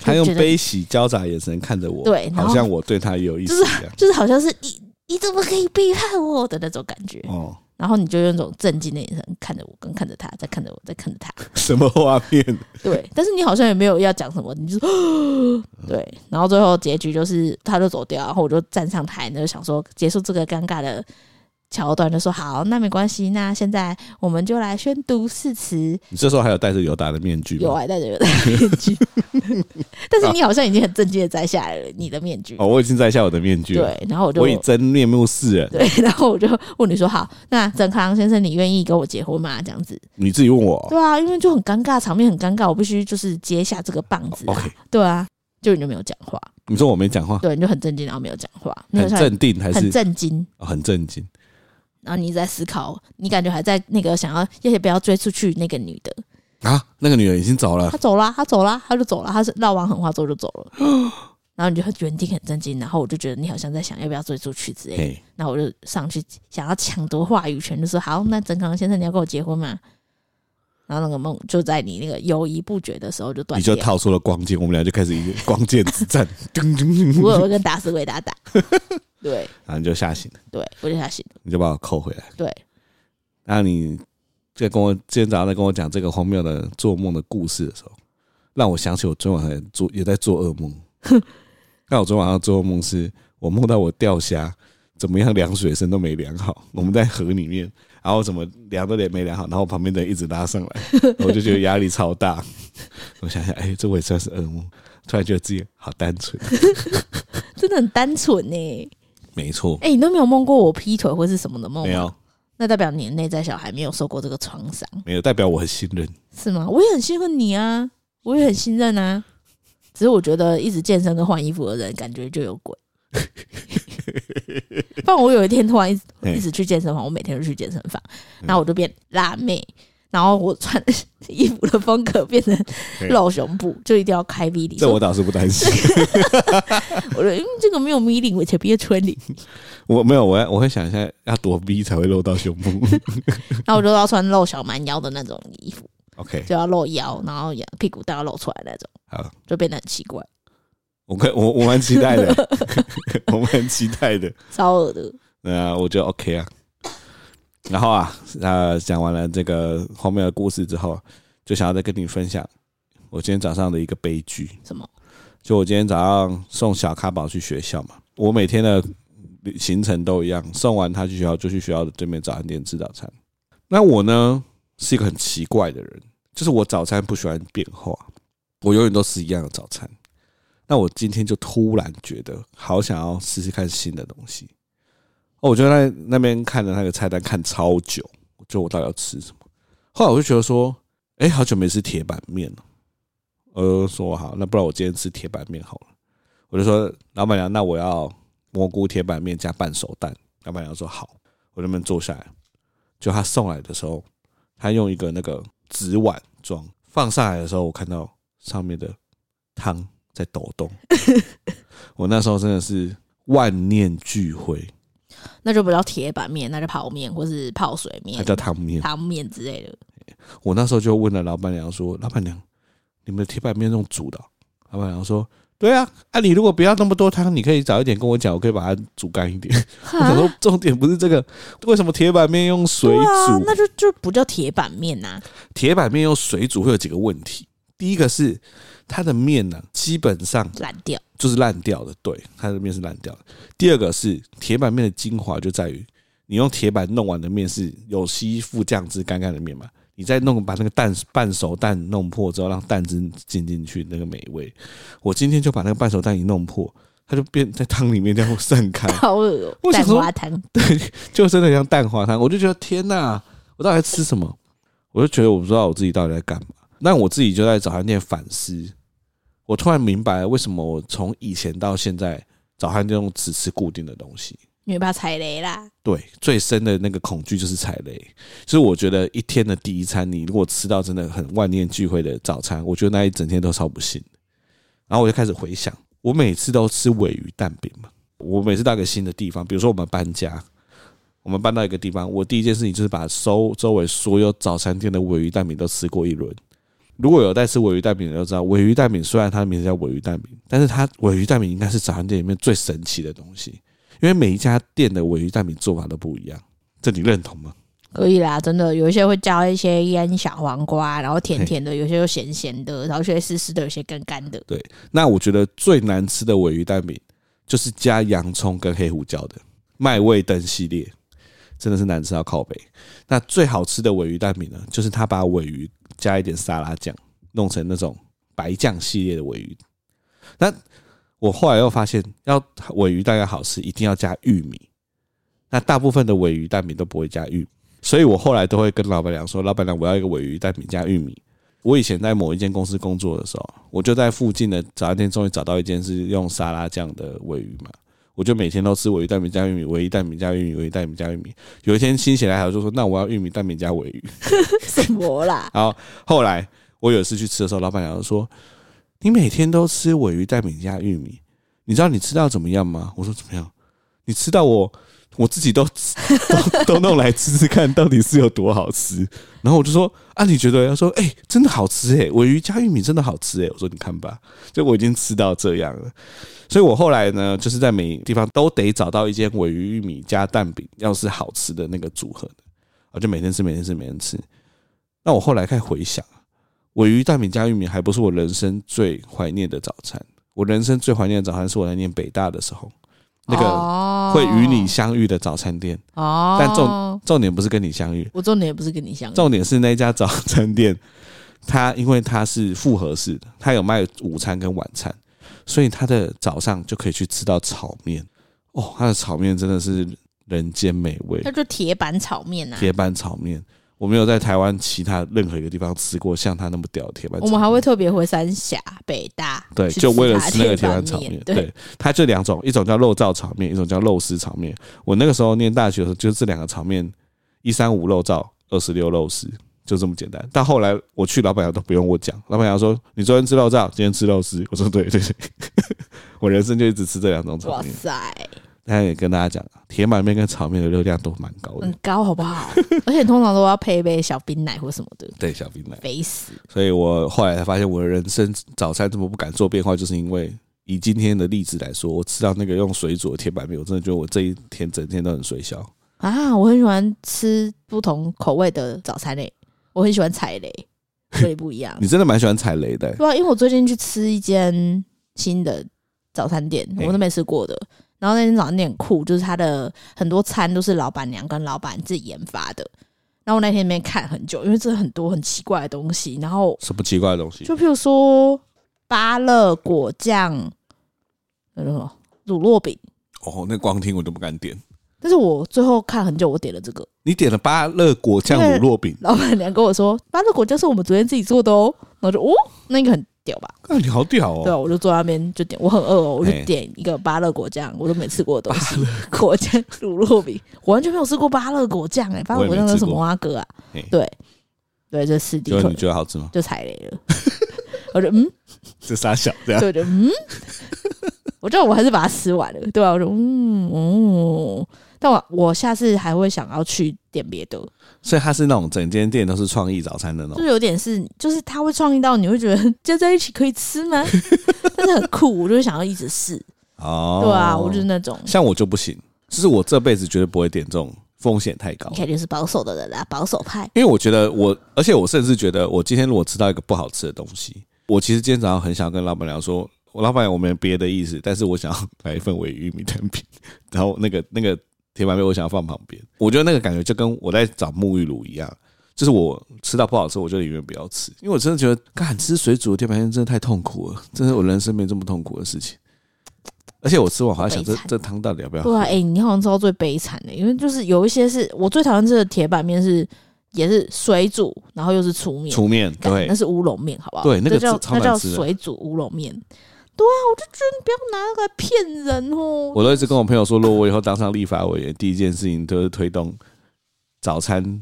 S1: 他用
S2: 觉得
S1: 悲喜交杂眼神看着我，
S2: 对然后
S1: 好像我对他也有意思一样。
S2: 就是好像是你你怎么可以背叛我的那种感觉，
S1: 哦，
S2: 然后你就用那种震惊的眼神看着我，跟看着他，再看着我，再看着他，
S1: 什么画面？
S2: 对， 但是你好像也没有要讲什么，你就 对，然后最后结局就是他就走掉，然后我就站上台，那就想说结束这个尴尬的桥段，就说好，那没关系，那现在我们就来宣读誓词，
S1: 你这时候还有戴着尤达的面具
S2: 有啊
S1: 吗？
S2: 爱戴着面 具，但是你好像已经很震惊的摘下来了你的面具，
S1: 哦，我已经摘下我的面具了，
S2: 对，然后我就
S1: 我以真面目示人。
S2: 对，然后我就问你说好，那曾康先生，你愿意跟我结婚吗？这样子，
S1: 你自己问我哦
S2: 对啊，因为就很尴尬，场面很尴尬，我必须就是接下这个棒子、
S1: 哦
S2: 啊，
S1: ，OK？
S2: 对啊，就你就没有讲话。
S1: 你说我没讲话，
S2: 对，你就很震惊，然后没有讲话，没有
S1: 很
S2: 像
S1: 镇定还
S2: 很
S1: 是
S2: 震惊，
S1: 哦很震惊？
S2: 然后你一直在思考，你感觉还在那个想要要不要追出去那个女的，
S1: 啊，那个女人已经走了
S2: 她，走啦，她走啦，她就走了，她是绕完狠话之后就走了， 然后你就很原定很震惊，然后我就觉得你好像在想要不要追出去之类的，
S1: 嘿，
S2: 然后我就上去想要抢夺话语权，就说好，那曾康先生你要跟我结婚吗？然后那个梦就在你那个犹豫不决的时候就断
S1: 你就
S2: 掉，
S1: 套出了光剑，我们俩就开始一个光剑之 战，噔噔噔
S2: 我有跟达斯维达 打，对
S1: 然后你就吓醒了，
S2: 对，我就下醒了，
S1: 你就把我扣回来。
S2: 对，
S1: 然后你在跟我今天早上在跟我讲这个荒谬的做梦的故事的时候，让我想起我昨天晚上也做也在做噩 梦。那我昨天晚上做噩梦是，我梦到我钓虾，怎么样量水深都没量好，我们在河里面，然后怎么量都没量好，然后旁边的人一直拉上来， 我就觉得压力超大。我想想，哎、这我也算是噩梦，突然觉得自己好单 纯。
S2: 真的很单纯呢、
S1: 没错，
S2: 哎、你都没有梦过我劈腿或是什么的梦吗？
S1: 没有
S2: 那代表你的内在小孩没有受过这个创伤，
S1: 没有，代表我很信任。
S2: 是吗？我也很信任你啊，我也很信任啊。只是我觉得一直健身跟换衣服的人，感觉就有 鬼。不然我有一天突然一直
S1: 嘿嗯
S2: 一直去健身房，我每天都去健身房，然后我就变辣妹，然后我穿 衣服的风格变成
S1: 嘿
S2: 露胸部，就一定要开 V 领。
S1: 这我倒是不担心。
S2: 我说，嗯，这个没有 V 领，我才不要穿领。
S1: 我没有，我要我会想一下要多逼才会露到胸部。
S2: 然后我就要穿露小蛮腰的那种衣服，
S1: OK，
S2: 就要露腰，然后也屁股都要露出来那种，
S1: 好，
S2: 就变得很奇怪。
S1: 我可我我蛮期待的， 我蛮期待的。
S2: 超恶的。
S1: 那我觉得 OK 啊。然后啊，呃，讲完了这个后面的故事之后，就想要再跟你分享我今天早上的一个悲剧。
S2: 什么？
S1: 就我今天早上送小咖宝去学校嘛，我每天的行程都一样，送完他去学校就去学校的对面早餐店吃早餐。那我呢是一个很奇怪的人，就是我早餐不喜欢变化，我永远都吃一样的早餐。那我今天就突然觉得好想要试试看新的东西，哦，我就在那边看了那个菜单看超久，就我到底要吃什么。后来我就觉得说，哎、好久没吃铁板面了。呃，说好，那不然我今天吃铁板面好了。我就说老板娘，那我要蘑菇铁板面加半熟蛋。老板娘说好，我就那边坐下来。就他送来的时候，他用一个那个纸碗装放上来的时候，我看到上面的汤在抖动。我那时候真的是万念俱灰，
S2: 那就不叫铁板面，那就泡面或是泡水
S1: 它
S2: 面、
S1: 叫汤面。
S2: 汤面之类的。
S1: 我那时候就问了老板娘说：“老板娘，你们的铁板面用煮的哦、老板娘说：“对啊，啊，你如果不要那么多汤，你可以早一点跟我讲，我可以把它煮干一点。”我想说，重点不是这个，为什么铁板面用水
S2: 对啊，
S1: 煮？
S2: 那就就不叫铁板面呐、
S1: 铁板面用水煮会有几个问题。第一个是它的面呢、基本上
S2: 烂掉。
S1: 就是烂掉的，对，它的面是烂掉的。第二个是铁板面的精华就在于，你用铁板弄完的面是有吸附酱汁干干的面嘛，你再弄把那个蛋半熟蛋弄破之后，让蛋汁进进去那个美味。我今天就把那个半熟蛋一弄破，它就变在汤里面这样散开，
S2: 好恶哦、
S1: 哎我想
S2: 蛋
S1: 说
S2: 花汤，
S1: 就真的像蛋花汤。我就觉得天哪，我到底在吃什么？我就觉得我不知道我自己到底在干嘛。那我自己就在早餐店反思，我突然明白了为什么我从以前到现在早餐店都只吃固定的东西。
S2: 因为怕踩雷啦。
S1: 对，最深的那个恐惧就是踩雷。所以我觉得一天的第一餐，你如果吃到真的很万念俱灰的早餐，我觉得那一整天都超不幸。然后我就开始回想，我每次都吃尾鱼蛋饼嘛。我每次到一个新的地方，比如说我们搬家，我们搬到一个地方，我第一件事情就是把周周围所有早餐店的尾鱼蛋饼都吃过一轮，如果有在吃尾鱼蛋饼的都知道，尾鱼蛋饼虽然它的名字叫尾鱼蛋饼，但是它尾鱼蛋饼应该是早餐店里面最神奇的东西，因为每一家店的尾鱼蛋饼做法都不一样，这你认同吗？
S2: 可以啦，真的有一些会加一些腌小黄瓜，然后甜甜的，有些又咸咸的，然后有些湿湿的，有些干干的。
S1: 那我觉得最难吃的尾鱼蛋饼就是加洋葱跟黑胡椒的麦味登系列，真的是难吃到靠北。那最好吃的尾鱼蛋饼呢，就是他把尾鱼加一点沙拉酱，弄成那种白酱系列的尾鱼。那我后来又发现，要尾鱼蛋要好吃，一定要加玉米。那大部分的尾鱼蛋饼都不会加玉米，所以我后来都会跟老板娘说：“老板娘，我要一个尾鱼蛋饼加玉米。”我以前在某一间公司工作的时候，我就在附近的早餐店终于找到一间是用沙拉酱的尾鱼嘛，我就每天都吃尾鱼蛋饼加玉米，尾鱼蛋饼加玉米，尾鱼蛋饼加玉米。有一天心血来潮就说：“那我要玉米蛋饼加尾鱼。
S2: 什么啦”？
S1: 然后后来我有一次去吃的时候，老板娘就说：“你每天都吃尾鱼蛋饼加玉米，你知道你吃到怎么样吗？”我说：“怎么样？你吃到我我自己都 都都弄来吃吃看，到底是有多好吃。”然后我就说：“啊，你觉得？”他说：“哎、真的好吃哎、尾鱼加玉米真的好吃哎、我说：“你看吧，就我已经吃到这样了。”所以我后来呢，就是在每地方都得找到一间尾鱼玉米加蛋饼，要是好吃的那个组合的，我就每天吃，每天吃，每天吃。那我后来开始回想，尾鱼蛋饼加玉米还不是我人生最怀念的早餐。我人生最怀念的早餐是我在念北大的时候，那个
S2: 个
S1: 会与你相遇的早餐店。
S2: 哦，
S1: 但重点不是跟你相遇，
S2: 我重点也不是跟你相
S1: 重点是那家早餐店，它因为它是复合式的，它有卖午餐跟晚餐，所以它的早上就可以去吃到炒面。哦，它的炒面真的是人间美味
S2: 它，就铁板炒面呐、啊。
S1: 铁板炒面。我没有在台湾其他任何一个地方吃过像它那么屌的铁板炒
S2: 我
S1: 面。
S2: 们还会特别回三峡、北大，
S1: 对，
S2: 去
S1: 就为了
S2: 它
S1: 吃那个铁板
S2: 板
S1: 炒面
S2: 面。。对，
S1: 对，它就两种，一种叫肉燥炒面，一种叫肉丝炒面。我那个时候念大学的时候，就是这两个炒面，一三五肉燥，二十六肉丝，就这么简单。但后来我去，老板娘都不用我讲，老板娘说：“你昨天吃肉燥，今天吃肉丝。”我说：“对对对。” 我人生就一直吃这两种炒
S2: 哇
S1: 面。
S2: 塞，
S1: 但也跟大家讲，啊铁板面跟炒面的热量都蛮高的。
S2: 很高好不好？ 而且通常都要配一杯小冰奶或什么的，
S1: 对，小冰奶。
S2: 肥死。
S1: 所以我后来才发现，我的人生早餐这么不敢做变化，就是因为以今天的例子来说，我吃到那个用水煮的铁板面，我真的觉得我这一天整天都很水小。
S2: 啊，我很喜欢吃不同口味的早餐类，我很喜欢踩雷，所以不一样
S1: 你。真的蛮喜欢踩雷的、欸
S2: 对啊，因为我最近去吃一间新的早餐店，
S1: 嘿
S2: 我都没吃过的。然后那间早餐店很酷，就是它的很多餐都是老板娘跟老板自己研发的。然后我那天没看很久，因为这很多很奇怪的东西。然后
S1: 什么奇怪的东西？
S2: 就譬如说芭乐果酱，那叫什么乳酪饼，
S1: 哦，那光听我都不敢点。
S2: 但是我最后看很久，我点了这个。
S1: 你点了芭乐果酱
S2: 因为
S1: 乳酪饼，
S2: 老板娘跟我说，芭乐果酱是我们昨天自己做的哦。然后就哦，那应该很屌吧？
S1: 啊，你好屌
S2: 对啊，
S1: 哦！
S2: 我就坐在那边就点，我很饿哦，我就
S1: 嘿
S2: 点一个芭乐果酱，我都没吃过的东西。果酱乳酪饼，我完全没有吃过芭乐果酱哎、芭乐果酱是什么啊哥啊
S1: 嘿？
S2: 对，对，这四 D
S1: 就是
S2: 可
S1: 你觉得好吃吗？
S2: 就踩雷了。 我就嗯，
S1: 这傻小这样
S2: 对，我就嗯，我觉得我还是把它吃完了，对吧、我就嗯哦，但我我下次还会想要去点别
S1: 哦
S2: 的，
S1: 所以它是那种整间店都是创意早餐的那
S2: 就
S1: 种。
S2: 是有点是，就是它会创意到你会觉得加在一起可以吃吗？ 但是很酷，我就会想要一直试，
S1: 哦，
S2: 对啊，我就是那种。
S1: 像我就不行，就是我这辈子绝对不会点这种风险太高
S2: 你。肯定是保守的人啦，保守派。
S1: 因为我觉得我，而且我甚至觉得，我今天如果吃到一个不好吃的东西，我其实今天早上很想跟老板娘说，我老板娘我没有别的意思，但是我想要来一份尾鱼米蛋饼，然后那个那个铁板面我想要放旁边，我觉得那个感觉就跟我在找沐浴乳一样。就是我吃到不好吃，我就宁愿不要吃，因为我真的觉得，干吃水煮的铁板面真的太痛苦了，真是我人生没这么痛苦的事情。而且我吃完，我还想这
S2: 好悲惨
S1: 这汤到底要不要喝？
S2: 对啊，哎、你好像知道最悲惨的、因为就是有一些是我最讨厌吃的铁板面是，也是水煮，然后又是粗面，
S1: 粗面
S2: 干
S1: 对
S2: 那，是乌龙面，好不好？
S1: 对那个
S2: 这叫
S1: 超
S2: 那叫
S1: 难吃的
S2: 水煮乌龙面。对啊，我就觉得你不要拿那个来骗人哦。
S1: 我都一直跟我朋友说，如果我以后当上立法委员，第一件事情就是推动早餐，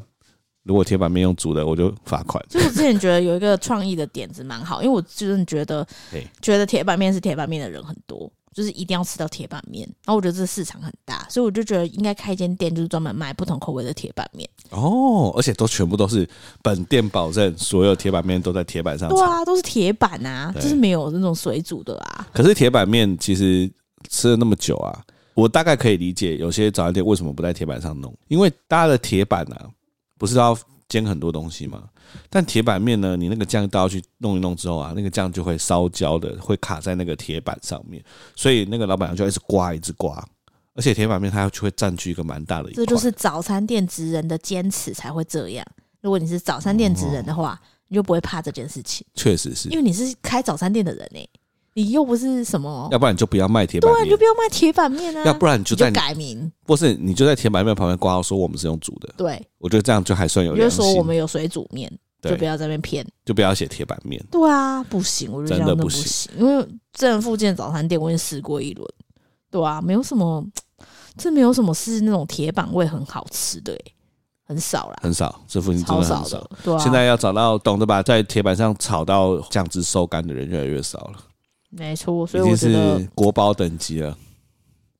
S1: 如果铁板面用煮的，我就罚款。
S2: 就我之前觉得 有一个创意的点子蛮好，因为我真的觉得
S1: 对
S2: 觉得铁板面是铁板面的人很多，就是一定要吃到铁板面。然后我觉得这市场很大，所以我就觉得应该开一间店，就是专门卖不同口味的铁板面。
S1: 哦，而且都全部都是本店保证所有铁板面都在铁板上
S2: 对
S1: 炒。
S2: 啊，都是铁板啊，
S1: 对
S2: 就是没有那种水煮的啊。
S1: 可是铁板面其实吃了那么久啊，我大概可以理解有些早餐店为什么不在铁板上弄，因为大家的铁板啊，不是都要煎很多东西嘛。但铁板面呢，你那个酱倒下去弄一弄之后啊，那个酱就会烧焦的，会卡在那个铁板上面，所以那个老板娘就要一直刮，一直刮。而且铁板面它就会占据一个蛮大的一块，
S2: 这就是早餐店职人的坚持才会这样。如果你是早餐店职人的话，你就不会怕这件事情，
S1: 确实哦是
S2: 因，为你是开早餐店的人呢、你又不是什么，
S1: 要不然你就不要卖铁板
S2: 对啊，你
S1: 面
S2: 就不，要卖铁板面啊，
S1: 要不然你就
S2: 你
S1: 在
S2: 就
S1: 你
S2: 改名，
S1: 不是你就在铁板面旁边挂号说我们是用煮的，
S2: 对，
S1: 我觉得这样就还算有
S2: 你
S1: 良
S2: 就
S1: 心，
S2: 说我们有水煮面，就
S1: 对
S2: 不要在那边骗。
S1: 就不要写铁板面。
S2: 对啊，不行，我就
S1: 真
S2: 这
S1: 的
S2: 样
S1: 不
S2: 不
S1: 行
S2: 行，因为正附近的早餐店我已经试过一轮，对啊，没有什么，这没有什么是那种铁板味很好吃的、欸，很少啦，
S1: 很少，这附近真的
S2: 超
S1: 很
S2: 少
S1: 少
S2: 的。，对啊，
S1: 现在要找到懂得把在铁板上炒到酱汁收干的人越来越少了，
S2: 没错，所以
S1: 已
S2: 我
S1: 经
S2: 觉得嗯
S1: 是国宝等级了。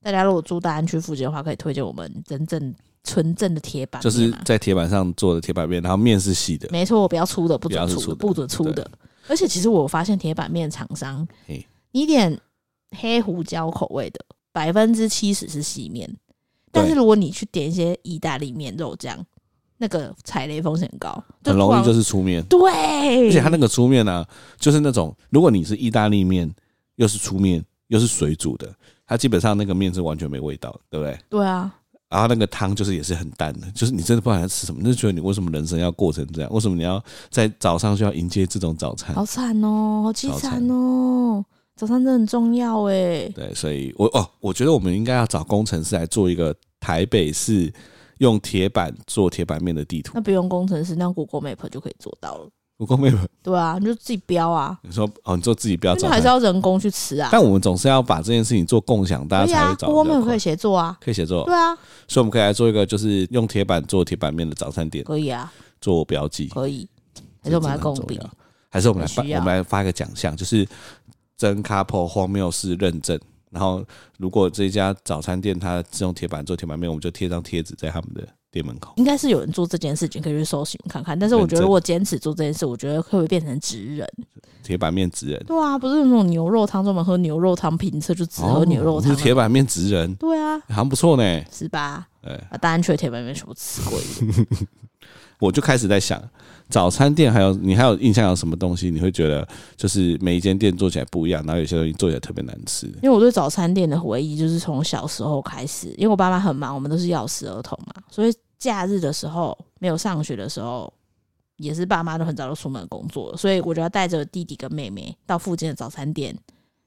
S2: 大家如果住大安区附近的话，可以推荐我们真正纯正的铁板
S1: 就
S2: 面
S1: 是
S2: 嘛
S1: 在铁板上做的铁板面，然后面是细的，
S2: 没错，我不要粗的，不
S1: 不要
S2: 准
S1: 是粗
S2: 粗
S1: 的
S2: 的，不准粗的。而且其实我发现铁板面厂商
S1: 嘿，
S2: 你点黑胡椒口味的，百分之七十是细面，但是
S1: 对
S2: 如果你去点一些意大利面、肉酱，那个踩雷风险很高，
S1: 很容易就是是粗面。
S2: 对，
S1: 而且它那个粗面呢、啊，就是那种如果你是意大利面，又是粗面又是水煮的，它基本上那个面是完全没味道的，对不对？
S2: 对啊，
S1: 然后那个汤就是也是很淡的，就是你真的不知道你在吃什么，你就觉得你为什么人生要过成这样？为什么你要在早上就要迎接这种早餐？
S2: 好惨哦，好凄惨哦，早餐真的很重要哎，
S1: 对，所以我哦，我觉得我们应该要找工程师来做一个台北市用铁板做铁板面的地图
S2: 那。不用工程师，那用 Google Map 就可以做到了。
S1: 不过妹妹，
S2: 对啊，你就自己标啊，
S1: 你说哦，你说自己不要
S2: 因为
S1: 找
S2: 还是
S1: 他，
S2: 要人工去吃啊。
S1: 但我们总是要把这件事情做共享，大家哦
S2: 可以
S1: 才
S2: 啊
S1: 会，找
S2: 锅
S1: 得
S2: 面
S1: 到。
S2: 可以协作啊，
S1: 可以写作
S2: 对，啊，
S1: 所以我们可以来做一个，就是用铁板做铁板面的早餐店
S2: 可以啊，
S1: 做标记，
S2: 可以。
S1: 这
S2: 还是我
S1: 真
S2: 们来
S1: 的
S2: 共
S1: 很重
S2: 比
S1: 要，还是我们来
S2: 很
S1: 发
S2: 需要
S1: 我们来发一个奖项，就是真 couple 荒谬式认证。然后，如果这家早餐店它是用铁板做铁板面，我们就贴张贴纸在他们的店门口。
S2: 应该是有人做这件事情，可以去搜寻看看。但是我
S1: 认
S2: 觉得，
S1: 真
S2: 如果坚持做这件事，我觉得会不会变成职人？
S1: 铁板面职人，
S2: 对啊，不是那种牛肉汤专门喝牛肉汤评测，就只喝牛肉
S1: 哦
S2: 汤
S1: 是
S2: 啊。
S1: 铁板面职人，
S2: 对啊，
S1: 好像不错呢。
S2: 是吧？
S1: 哎，
S2: 把大安区的铁板面全部吃过一遍。
S1: 我就开始在想，早餐店还有你还有印象有什么东西？你会觉得就是每一间店做起来不一样，然后有些东西做起来特别难吃。
S2: 因为我对早餐店的回忆就是从小时候开始，因为我爸妈很忙，我们都是钥匙儿童嘛，所以假日的时候没有上学的时候，也是爸妈都很早就出门工作了，所以我就要带着弟弟跟妹妹到附近的早餐店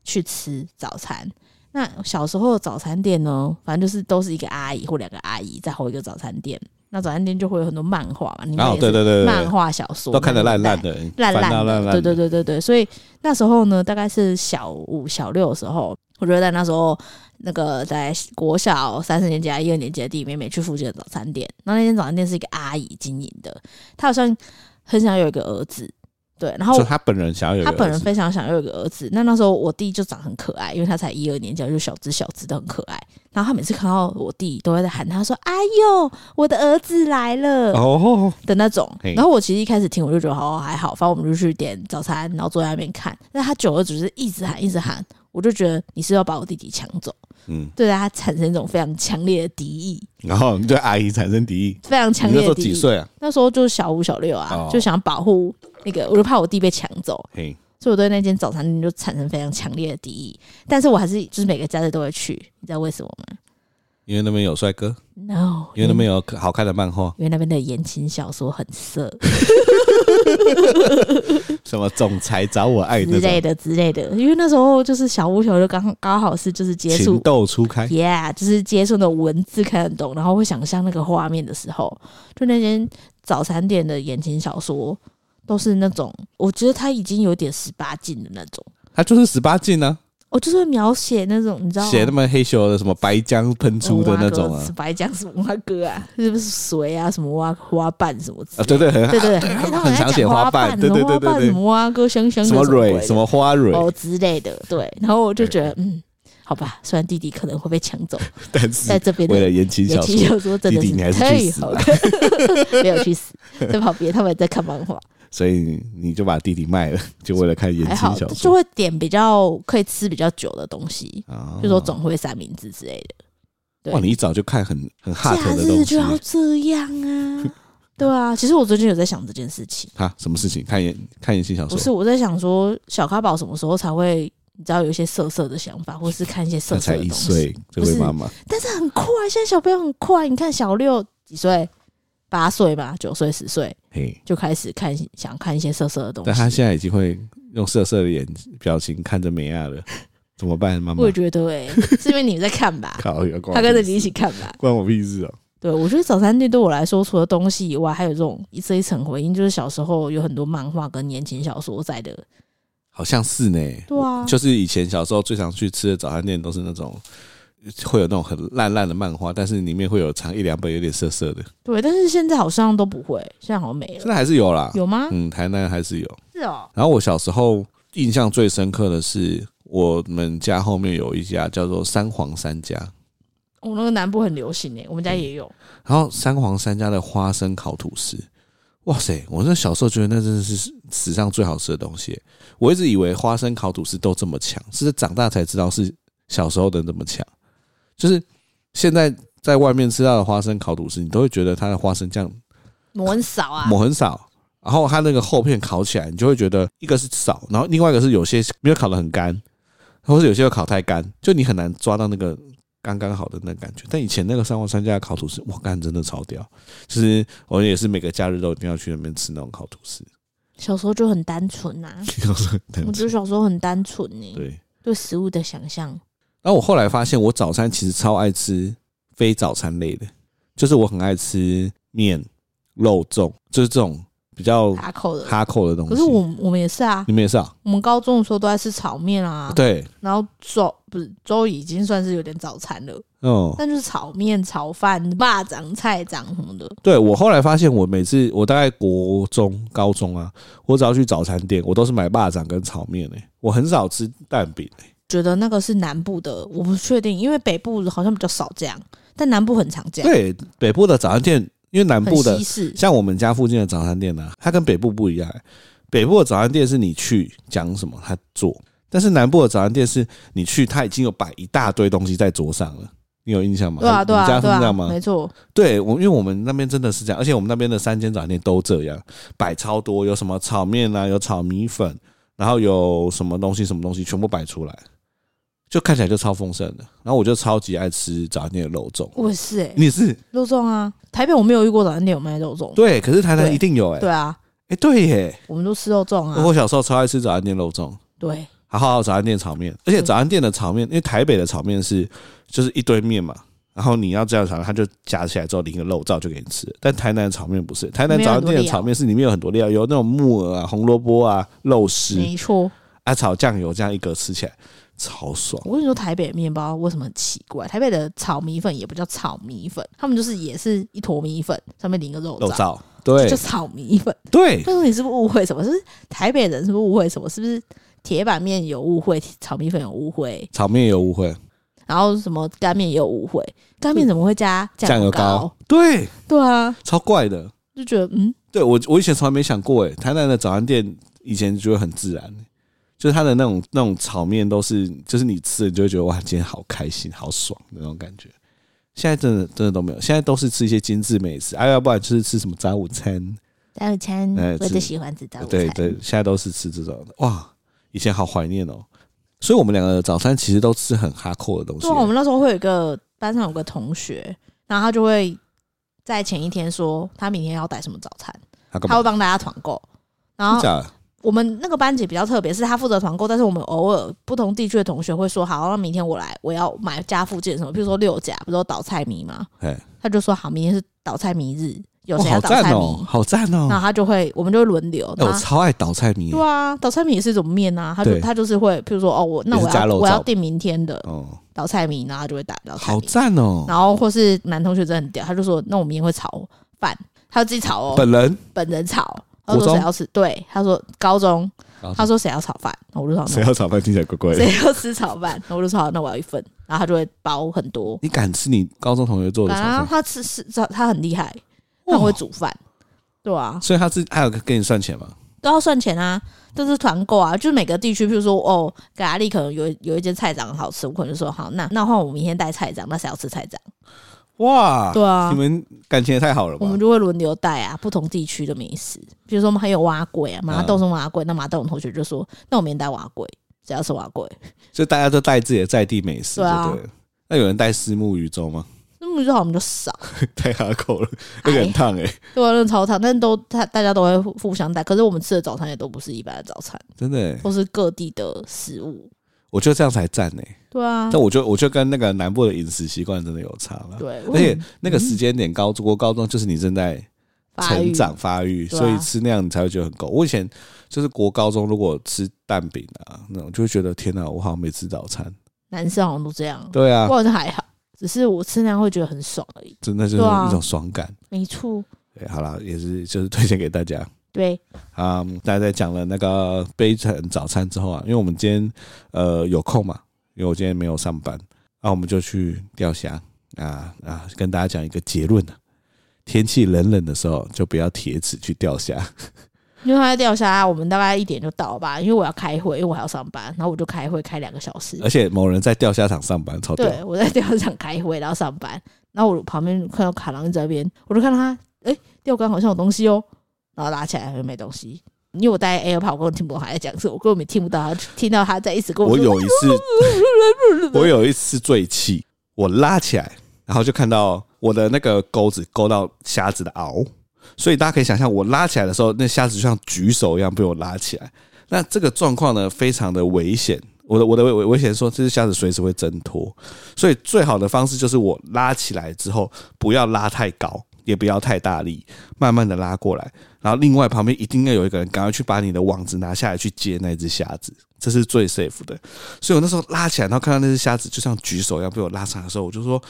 S2: 去吃早餐。那小时候的早餐店呢，反正就是都是一个阿姨或两个阿姨在吼一个早餐店，那早餐店就会有很多漫画嘛，你们
S1: 然后哦
S2: 也
S1: 对
S2: 是
S1: 对对对
S2: 漫
S1: 对，
S2: 画小说
S1: 都看得烂烂
S2: 的。
S1: 的，
S2: 烂
S1: 翻到
S2: 烂
S1: 烂
S2: 的，
S1: 烂
S2: 对
S1: 的，
S2: 对对对对，所以那时候呢，大概是小五、小六的时候，我觉得在那时候，那个在国小三四年级、还一二年级的弟弟妹妹去附近的早餐店，然后那间早餐店是一个阿姨经营的，她好像很想有一个儿子，对，然后
S1: 就他本人想要有一个儿
S2: 他
S1: 子，
S2: 本人非常想要有一个儿子。那那时候我弟就长很可爱，因为他才一二年级，就小只小只的很可爱。然后他每次看到我弟，都会在喊他说：“哎呦，我的儿子来了！”
S1: 哦，
S2: 的那种
S1: 嘿。
S2: 然后我其实一开始听我就觉得好还好，反正我们就去点早餐，然后坐在那边看。但他久了只是一直喊一直喊，我就觉得你是要把我弟弟抢走，
S1: 嗯，
S2: 对他产生一种非常强烈的敌意，
S1: 然后你对阿姨产生敌意。
S2: 非常强
S1: 你那
S2: 烈
S1: 时候
S2: 的敌
S1: 几
S2: 意。
S1: 岁啊？
S2: 那时候就是小五小六啊，
S1: 哦
S2: 就想保护那个，我就怕我弟被抢走，
S1: 嘿，
S2: 所以我对那间早餐店就产生非常强烈的敌意。但是我还是就是每个假日都会去，你知道为什么吗
S1: 因为那边有帅哥，
S2: ？No，
S1: 因为那边有好看的漫画，
S2: 因为那边的言情小说很色。
S1: 什么总裁找我爱
S2: 之
S1: 那
S2: 类
S1: 种，
S2: 的之类的，因为那时候就是小五小六刚刚好是就是接
S1: 情
S2: 触
S1: 窦初开，
S2: ，yeah，就是接触的文字看得懂，然后会想象那个画面的时候，就那间早餐店的言情小说都是那种，我觉得他已经有点十八禁的那种，
S1: 他就是十八禁啊，
S2: 我就是会描写那种你知道
S1: 写那么黑咻的什么白浆喷出的那种啊，
S2: 白讲什么蛙哥啊，是不是水啊，什么蛙花瓣什么之
S1: 啊，
S2: 类的
S1: 对对，很
S2: 对对对，
S1: 对
S2: 他
S1: 很
S2: 们
S1: 常
S2: 在
S1: 写
S2: 讲
S1: 花
S2: 花
S1: 瓣
S2: 瓣，
S1: 对对
S2: 什么
S1: 对对
S2: 花瓣
S1: 对
S2: 什么蛙哥香香的
S1: 什么
S2: 鬼
S1: 蕊
S2: 的
S1: 什么花蕊，
S2: 哦之类的，对。然后我就觉得，嗯，好吧，虽然弟弟可能会被抢走，
S1: 但
S2: 在
S1: 是
S2: 这边的
S1: 为了言情
S2: 尤
S1: 小
S2: 其
S1: 说，
S2: 小说真的
S1: 弟弟你还是
S2: 太
S1: 去死啊
S2: 好
S1: 吧
S2: 了， 没有去死，在旁边他们在看漫画，
S1: 所以你就把弟弟卖了， 就为了看言
S2: 还
S1: 情
S2: 好
S1: 小
S2: 就
S1: 说
S2: 会点比较可以吃比较久的东西，
S1: 啊
S2: 比如说总会三明治之类的。对
S1: 哇，你一早就看很很 hot
S2: 假
S1: 的
S2: 日
S1: 东
S2: 就
S1: 西
S2: 要这样 啊，对啊。其实我最近有在想这件事情，
S1: 哈，什么事情？看言看言情小
S2: 不
S1: 说，
S2: 是我在想说小咖宝什么时候才会。你知道有一些色色的想法，或是看一些色
S1: 他
S2: 色
S1: 才
S2: 的
S1: 一
S2: 东西，
S1: 岁，这位
S2: 不是
S1: 妈妈
S2: 但是很快，现在小朋友很快。你看小六几岁？八岁吧，九岁、十岁
S1: 嘿，
S2: 就开始看，想看一些色色的东西。
S1: 但他现在已经会用色色的眼表情看着美 亚了，怎么办？妈妈
S2: 我也，觉得 哎、是因为你们在看吧？
S1: 靠，有关
S2: 他
S1: 我
S2: 跟着
S1: 屁
S2: 你一
S1: 事
S2: 起看吧。
S1: 关我屁事哦、
S2: 对，我觉得早餐店对我来说，除了东西以外，还有这种一这一层回应，就是小时候有很多漫画跟言情小说在的。
S1: 好像是呢。
S2: 对啊
S1: 我就是以前小时候最常去吃的早餐店都是那种。会有那种很烂烂的漫画，但是里面会有藏一两本有点色色的，
S2: 对，但是现在好像都不会，现在好像没
S1: 现
S2: 了，
S1: 在还是有啦。
S2: 有啊吗？
S1: 嗯，台南还是有。
S2: 是哦，
S1: 然后我小时候印象最深刻的是，我们家后面有一家叫做三皇三家，
S2: 我、哦那个南部很流行欸诶，我们家也有。
S1: 然后三皇三家的花生烤吐司，哇塞！我那小时候觉得那真的是史上最好吃的东西。我一直以为花生烤吐司都这么强，是长大才知道是小时候的那么强。就是现在在外面吃到的花生烤吐司，你都会觉得它的花生酱
S2: 抹很少啊，
S1: 抹很少，然后它那个厚片烤起来，你就会觉得一个是少，然后另外一个是有些没有烤得很干，或是有些又烤太干，就你很难抓到那个刚刚好的那个感觉。但以前那个三皇三家的烤吐司，哇，干真的超屌！就是我也是每个假日都一定要去那边吃那种烤吐司，
S2: 小时候就很单纯呐、啊，我觉得小时候很单纯欸呢、
S1: 嗯对。
S2: 对食物的想象。
S1: 然后我后来发现，我早餐其实超爱吃非早餐类的，就是我很爱吃面、肉粽，就是这种比较
S2: 打口的，
S1: 哈扣的东西。
S2: 可是我我们也是啊
S1: 你，们也是啊？
S2: 我们高中的时候都在吃炒面啊，
S1: 对，
S2: 然后粥不是粥已经算是有点早餐了，
S1: 嗯，
S2: 但就是炒面、炒饭、霸掌、菜掌什么的。
S1: 对我后来发现，我每次我大概国中、高中啊，我只要去早餐店，我都是买霸掌跟炒面诶、我很少吃蛋饼、欸、
S2: 觉得那个是南部的，我不确定，因为北部好像比较少这样，但南部很常这样，
S1: 对，北部的早餐店，因为南
S2: 很
S1: 部的
S2: 西式。
S1: 像我们家附近的早餐店呢、啊它跟北部不一样、欸北部的早餐店是你去讲什么，它做；但是南部的早餐店是你去，它已经有摆一大堆东西在桌上了。你有印象吗？
S2: 对啊，
S1: 你
S2: 对
S1: 你家
S2: 啊，
S1: 是
S2: 对
S1: 这
S2: 啊
S1: 样，吗？
S2: 没错，
S1: 对我，因为我们那边真的是这样，而且我们那边的三间早餐店都这样，摆超多，有什么炒面啊，有炒米粉，然后有什么东西什么东西全部摆出来，就看起来就超丰盛的。然后我就超级爱吃早餐店的肉粽，
S2: 我也是哎、
S1: 你也是
S2: 肉粽啊，台北我没有遇过早餐店有卖肉粽，
S1: 对，可是台南
S2: 对
S1: 一定有哎、
S2: 对啊，
S1: 哎对耶，
S2: 我们都吃肉粽啊，
S1: 我小时候超爱吃早餐店肉粽，
S2: 对，
S1: 还好早餐店炒面，而且
S2: 嗯
S1: 早餐店的炒面，因为台北的炒面是就是一堆面嘛。然后你要这样炒，它就夹起来之后淋个肉燥就给你吃了。但台南的炒面不是，台南
S2: 没有
S1: 早
S2: 很
S1: 餐
S2: 多
S1: 店的
S2: 料
S1: 炒面是里面有很多料，有那种木耳啊、红萝卜啊、肉丝
S2: 没错。
S1: 啊、炒酱油这样一格吃起来超爽。
S2: 我跟你说，台北的面包为什么很奇怪？台北的炒米粉也不叫炒米粉，他们就是也是一坨米粉，上面淋个肉
S1: 肉
S2: 燥，
S1: 燥，
S2: 就
S1: 对
S2: 叫炒米粉。
S1: 对
S2: 但是你是不是误会什么？是不是台北人是不是误会什么？是不是铁板面有误会，炒米粉有误会，
S1: 炒面也有误会，
S2: 然后什么干面也有误会？干面怎么会加
S1: 酱油
S2: 油
S1: 膏？，对，
S2: 对啊，
S1: 超怪的。
S2: 就觉得嗯，
S1: 对我我以前从来没想过，哎，台南的早餐店以前觉得很自然，欸就是它的那种那种炒面都是，就是你吃了你就会觉得哇，今天好开心、好爽的那种感觉。现在真的真的都没有，现在都是吃一些精致美食，啊，要不然就是吃什么早午餐，
S2: 早午餐
S1: 哎
S2: 我
S1: 是
S2: 最喜欢吃早午餐。
S1: 对对，现在都是吃这种的。哇，以前好怀念哦。所以我们两个的早餐其实都吃很哈扣的东西
S2: 对啊，，我们那时候会有一个班上有个同学，然后他就会在前一天说他明天要带什么早餐，
S1: 他欸啊干
S2: 他
S1: 嘛
S2: 会？帮大家团购。然
S1: 真
S2: 后
S1: 假的？
S2: 我们那个班级比较特别，是他负责团购，但是我们偶尔不同地区的同学会说：“好，那明天我来，我要买家附近什么，比如说六甲，不是有倒菜米吗
S1: 哎，？”
S2: 他就说：“好，明天是倒菜米日，有
S1: 哇，
S2: 谁
S1: 好
S2: 要倒菜
S1: 赞
S2: 米？”
S1: 哦，好赞哦
S2: 然！后他就会，我们就会轮流。
S1: 哎，我
S2: 那
S1: 超爱倒菜米
S2: 对啊，倒菜米也是一种面啊，他就
S1: 对
S2: 他就是会，譬如说哦，我那
S1: 也是
S2: 我
S1: 加
S2: 要
S1: 肉
S2: 我要
S1: 燥
S2: 订明天的
S1: 哦，
S2: 倒菜米，然后他就会打倒菜
S1: 好
S2: 米。
S1: 赞哦！
S2: 然后或是男同学真的很屌，他就说：“那我明天会炒饭，他就自己炒哦，
S1: 本人
S2: 本人炒。”他就
S1: 国
S2: 说
S1: 中
S2: 谁要吃？对，他说高中，
S1: 然后
S2: 他说谁要炒饭，然后我就说
S1: 谁要炒饭听起来怪怪的
S2: 谁，要吃炒饭，然后我就说好，那我要一份，然后他就会包很多。
S1: 你敢吃你高中同学做的炒
S2: 然后
S1: 饭？
S2: 他吃是他他很厉害，他很会
S1: 哇
S2: 煮饭，对啊，
S1: 所以他是还有给你算钱吗？
S2: 都要算钱啊，这是团购啊，就是每个地区，譬如说哦，咖喱可能有有一间菜长很好吃，我可能就说好，那那换我明天带菜长，那谁要吃菜长？
S1: 哇，
S2: 对啊
S1: 你，们感情也太好了
S2: 我
S1: 吧
S2: 们？就会轮流带啊，不同地区的美食，比如说我们还有蛙粿啊，
S1: 嗯
S2: 麻豆是蛙粿，那麻豆我们同学就说，那我明天带蛙粿，谁要吃蛙粿？
S1: 就大家都带自己的在地美食，就
S2: 对啊
S1: 对了。那有人带虱目鱼粥吗？
S2: 那么就好，我们就少，
S1: 太哈口了，那个很烫哎、
S2: 对啊，那个超烫，但都他大家都会互互相带，可是我们吃的早餐也都不是一般的早餐，
S1: 真的、欸，
S2: 都是各地的食物，
S1: 我觉得这样才赞哎、
S2: 对啊，
S1: 但我觉得，我觉得跟那个南部的饮食习惯真的有差了。
S2: 对，嗯
S1: 而且那个时间点，高中国高中就是你正在
S2: 发育
S1: 成长发育，
S2: 对啊
S1: 所以吃那样你才会觉得很够。我以前就是国高中如果吃蛋饼啊，那我就会觉得天哪、我好像没吃早餐。
S2: 男生好像都这样，
S1: 对啊
S2: 我，好像还好，只是我吃那样会觉得很爽而已。
S1: 真的就是
S2: 对啊
S1: 一种爽感。
S2: 没错，
S1: 对，好啦，也是就是推荐给大家。
S2: 对，
S1: 啊、大家在讲了那个悲惨早餐之后啊，因为我们今天呃有空嘛，因为我今天没有上班，那、我们就去钓虾啊啊，跟大家讲一个结论啊，天气冷冷的时候就不要铁齿去钓虾，
S2: 因为他在钓虾，我们大概一点就到了吧，因为我要开会，因为我还要上班，然后我就开会开两个小时
S1: 而。且某人在钓虾场上班，超屌，
S2: 对，我在钓 虾场开会，然后上班，然后我旁边看到卡郎在那边，我就看到他，哎、钓竿好像有东西哦，然后拉起来好像没东西。因为我戴 AirPod，我根本听不懂他在讲什么，我根本没听不到他，听到他在一直跟
S1: 我
S2: 说
S1: 有一次，我有一次醉气，我拉起来，然后就看到我的那个钩子勾到虾子的螯，所以大家可以想象，我拉起来的时候，那虾子就像举手一样被我拉起来。那这个状况呢，非常的危险。我的我的危危危险是说，这只虾子随时会挣脱，所以最好的方式就是我拉起来之后，不要拉太高，也不要太大力，慢慢的拉过来。然后另外旁边一定要有一个人赶快去把你的网子拿下来去接那只虾子，这是最 safe 的。所以我那时候拉起来，然后看到那只虾子就像举手要被我拉上来的时候，我就说：“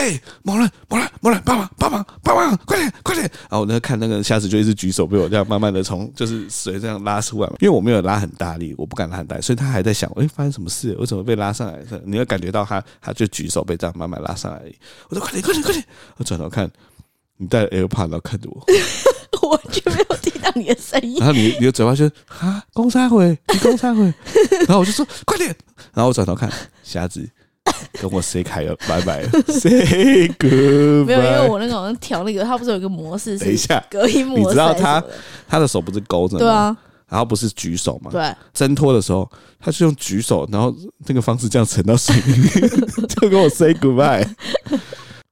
S1: 哎、某人，某人，某人，帮忙，帮忙，帮忙，快点，快点！”然后我那个看那个虾子就一直举手被我这样慢慢的从就是水这样拉出来嘛，因为我没有拉很大力，我不敢拉很大力，所以他还在想：“哎、发生什么事？为什么被拉上来？”你会感觉到他，他就举手被这样慢慢拉上来而已。我说：“快点，快点，快点！”我哦转头看。你戴了 AirPod 然后看着我，
S2: 我完全没有听到你的声音
S1: 然，后你你的嘴巴就啊，公三回，你公三回，然后我就说快点，然后我转头看瞎子跟我 say 开了，拜拜，say
S2: 没有，因为
S1: goodbye。
S2: 我那个好像调那个，他不是有一个模式
S1: 等一
S2: 是
S1: 下，
S2: 隔音模式
S1: 你知道
S2: 还是
S1: 他
S2: 什么的
S1: 他的手不是勾着吗？
S2: 对。啊，
S1: 然后不是举手嘛？
S2: 对，
S1: 挣脱的时候，他就用举手，然后那个方式这样沉到水里面， 就跟我 say goodbye。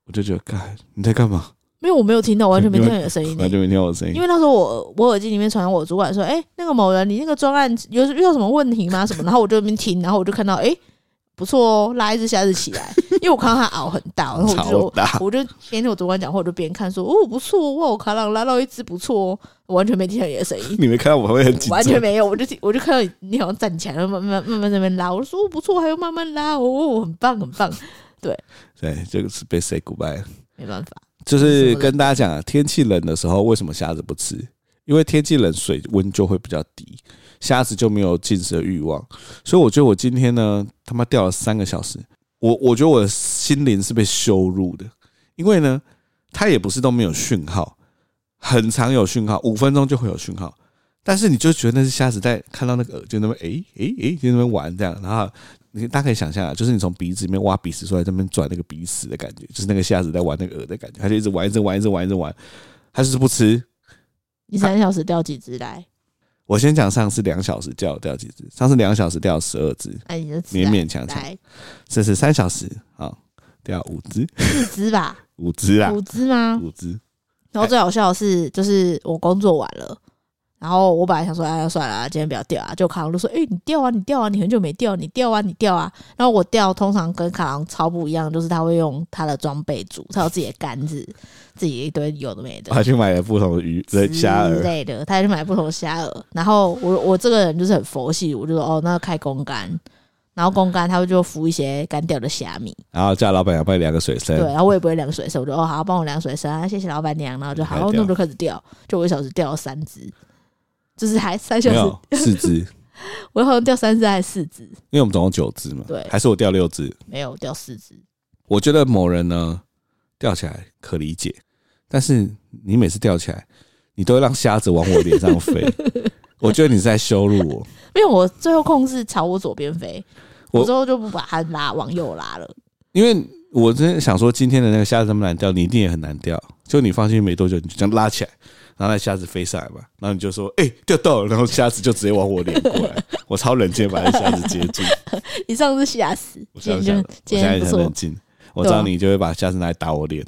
S1: 我就觉得，干你在干嘛？
S2: 没有，我没有听到，完全没
S1: 因为
S2: 听到你的声音、欸
S1: 完全没听到我的声
S2: 因
S1: 音。
S2: 为那时候我我耳机里面传我主管说，哎、那个某人，你那个专案有遇到什么问题吗？什么？然后我就在那边听，然后我就看到，哎、不错哦，拉一只虾子起来， 因为我看到它螯很大，然后我就
S1: 超大
S2: 我就边听我主管讲话，我就边看说，哦，不错哦，哇，我卡朗拉到一只不错哦，我完全没听到你的 声音，
S1: 你没看到我会很紧张
S2: 完，全没有，我就听我就看到你你好像站起来，然后慢慢慢慢在那边拉，我就说、哦、不错，还要慢慢拉哦，很棒很棒，
S1: 对，就是被 say goodbye。
S2: 没办法，
S1: 就是跟大家讲啊，天气冷的时候，为什么虾子不吃？因为天气冷，水温就会比较低，虾子就没有进食的欲望。所以我觉得我今天呢，他妈钓了三个小时，我我觉得我的心灵是被羞辱的，因为呢，它也不是都没有讯号，很常有讯号，五分钟就会有讯号。但是你就觉得那是虾子在看到那个饵就那边诶诶诶就那边玩这样，然后你大家可以想象啊，就是你从鼻子里面挖鼻屎出来，在那边转那个鼻屎的感觉，就是那个虾子在玩那个饵的感觉，它就一直玩，一直玩，一直玩，一直玩，它就是不吃。
S2: 你三小时钓几只来？
S1: 我先讲上次两小时钓钓几只，上次两小时钓十二只，
S2: 哎、你就吃
S1: 勉
S2: 来
S1: 勉强强，
S2: 来
S1: 这是三小时啊，钓五只，
S2: 四只吧，
S1: 五只啦
S2: 五，只吗？
S1: 五只，
S2: 然后最好笑的是，就是我工作完了，然后我本来想说，哎呀，算了啊、今天不要钓啊。就卡郎就说，哎、你钓啊，你钓啊，你很久没钓，你钓啊，你钓啊。然后我钓，通常跟卡郎超不一样，就是他会用他的装备煮，他有自己的杆子，自己一堆有的没的
S1: 我。还去买了不同的鱼的虾
S2: 之
S1: 饵，
S2: 类的，他就买不同的虾饵。然后我我这个人就是很佛系，我就说哦，那开公干，然后公干他会就浮一些干掉的虾米，
S1: 然后叫老板娘帮你量个水深，
S2: 对，然后我也不会量水深，我就哦好，帮我量水深啊，谢谢老板娘，然后就
S1: 还
S2: 好，
S1: 掉
S2: 那我就开始钓，就我一小时钓了三只，就是还三小
S1: 没
S2: 时
S1: 有四只，
S2: 我好像掉三只还是四只，
S1: 因为我们总共九只嘛，
S2: 对
S1: 还是我掉六只。
S2: 没有掉四只。
S1: 我觉得某人呢掉起来可理解，但是你每次掉起来，你都会让虾子往我脸上 飞，我觉得你是在羞辱我。
S2: 因为我最后控制朝我左边飞，
S1: 我
S2: 我之后就不把它拉往右拉了。
S1: 因为我真的想说，今天的那个虾子那么难钓，你一定也很难钓。就你放进去没多久，你就这样拉起来，然后那虾子飞上来嘛，然后你就说：“哎、钓到了！”然后虾子就直接往我脸过 来，我超冷静地把那虾子接住。
S2: 你上次吓死，
S1: 我
S2: 今
S1: 现在想，
S2: 天就
S1: 我
S2: 今
S1: 现在
S2: 天
S1: 也
S2: 不
S1: 很
S2: 错。啊
S1: 冷静。我知道你就会把虾子拿来打我脸，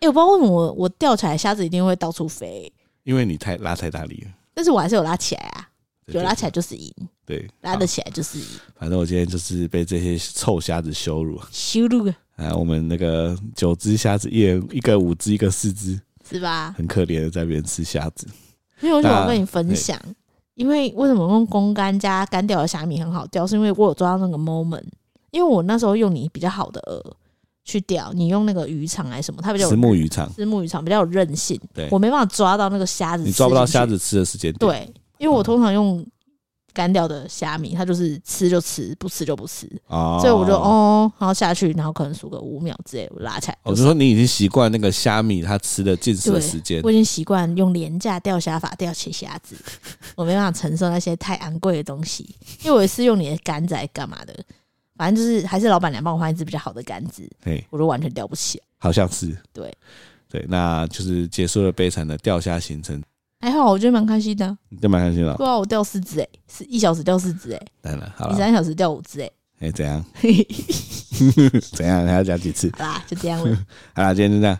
S2: 哎、我不知道为什么我我吊起来虾子一定会到处飞，
S1: 因为你太拉太大力了。
S2: 但是我还是有拉起来啊，
S1: 对
S2: 有拉起来就是赢，
S1: 对，对
S2: 拉得起来就是赢。
S1: 反正我今天就是被这些臭虾子羞辱
S2: 修路啊
S1: 啊！我们那个九只虾子，一人一个五只，一个四只，
S2: 是吧？
S1: 很可怜的在那边吃虾子。
S2: 因为我想
S1: 那
S2: 要跟你分享，因为为什么用公干加干掉的虾米很好钓，是因为我有抓到那个 moment，因为我那时候用你比较好的饵去钓，你用那个渔场还是什么，它比较
S1: 石
S2: 有
S1: 木渔场，
S2: 是木渔场比较有韧性
S1: 对，
S2: 我没办法抓到那个虾子，
S1: 你抓不到虾，子吃嗯的时间点。
S2: 对，因为我通常用干掉的虾米，它就是吃就吃，不吃就不吃，
S1: 哦
S2: 所以我就哦，然后下去，然后可能数个五秒之类，我拉起来。
S1: 我就说你已经习惯那个虾米它吃的进食的
S2: 对
S1: 时间
S2: 我，已经习惯用廉价钓虾法钓起虾子，我没办法承受那些太昂贵的东西。因为我也是用你的杆子来干嘛的，反正就是还是老板娘帮我换一只比较好的杆子，
S1: 嘿，
S2: 我就完全钓不起来。
S1: 好像是
S2: 对，
S1: 对，那就是结束了悲惨的钓虾行程，
S2: 还好，我觉得蛮开心的啊、
S1: 你就蛮开心了
S2: 对。啊，我钓四只哎、是一小时钓四只哎、
S1: 当然，好
S2: 你
S1: 了，
S2: 三小时钓五 只哎、
S1: 哎、怎样？
S2: 嘿嘿
S1: 怎样？还要讲几次？
S2: 好啦，就这样了。
S1: 好啦，今天就这样。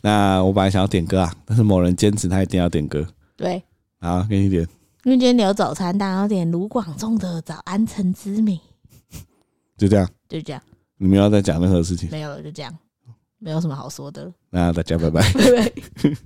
S1: 那我本来想要点歌啊，但是某人坚持他一定要点歌，
S2: 对，
S1: 好，给你点。
S2: 因为今天聊早餐，大家要点卢广仲的《早安晨之美》，
S1: 就这样，
S2: 就这样，
S1: 你们要再讲任何事情，
S2: 没有了，就这样，没有什么好说的了，
S1: 那大家拜拜。
S2: 对不对？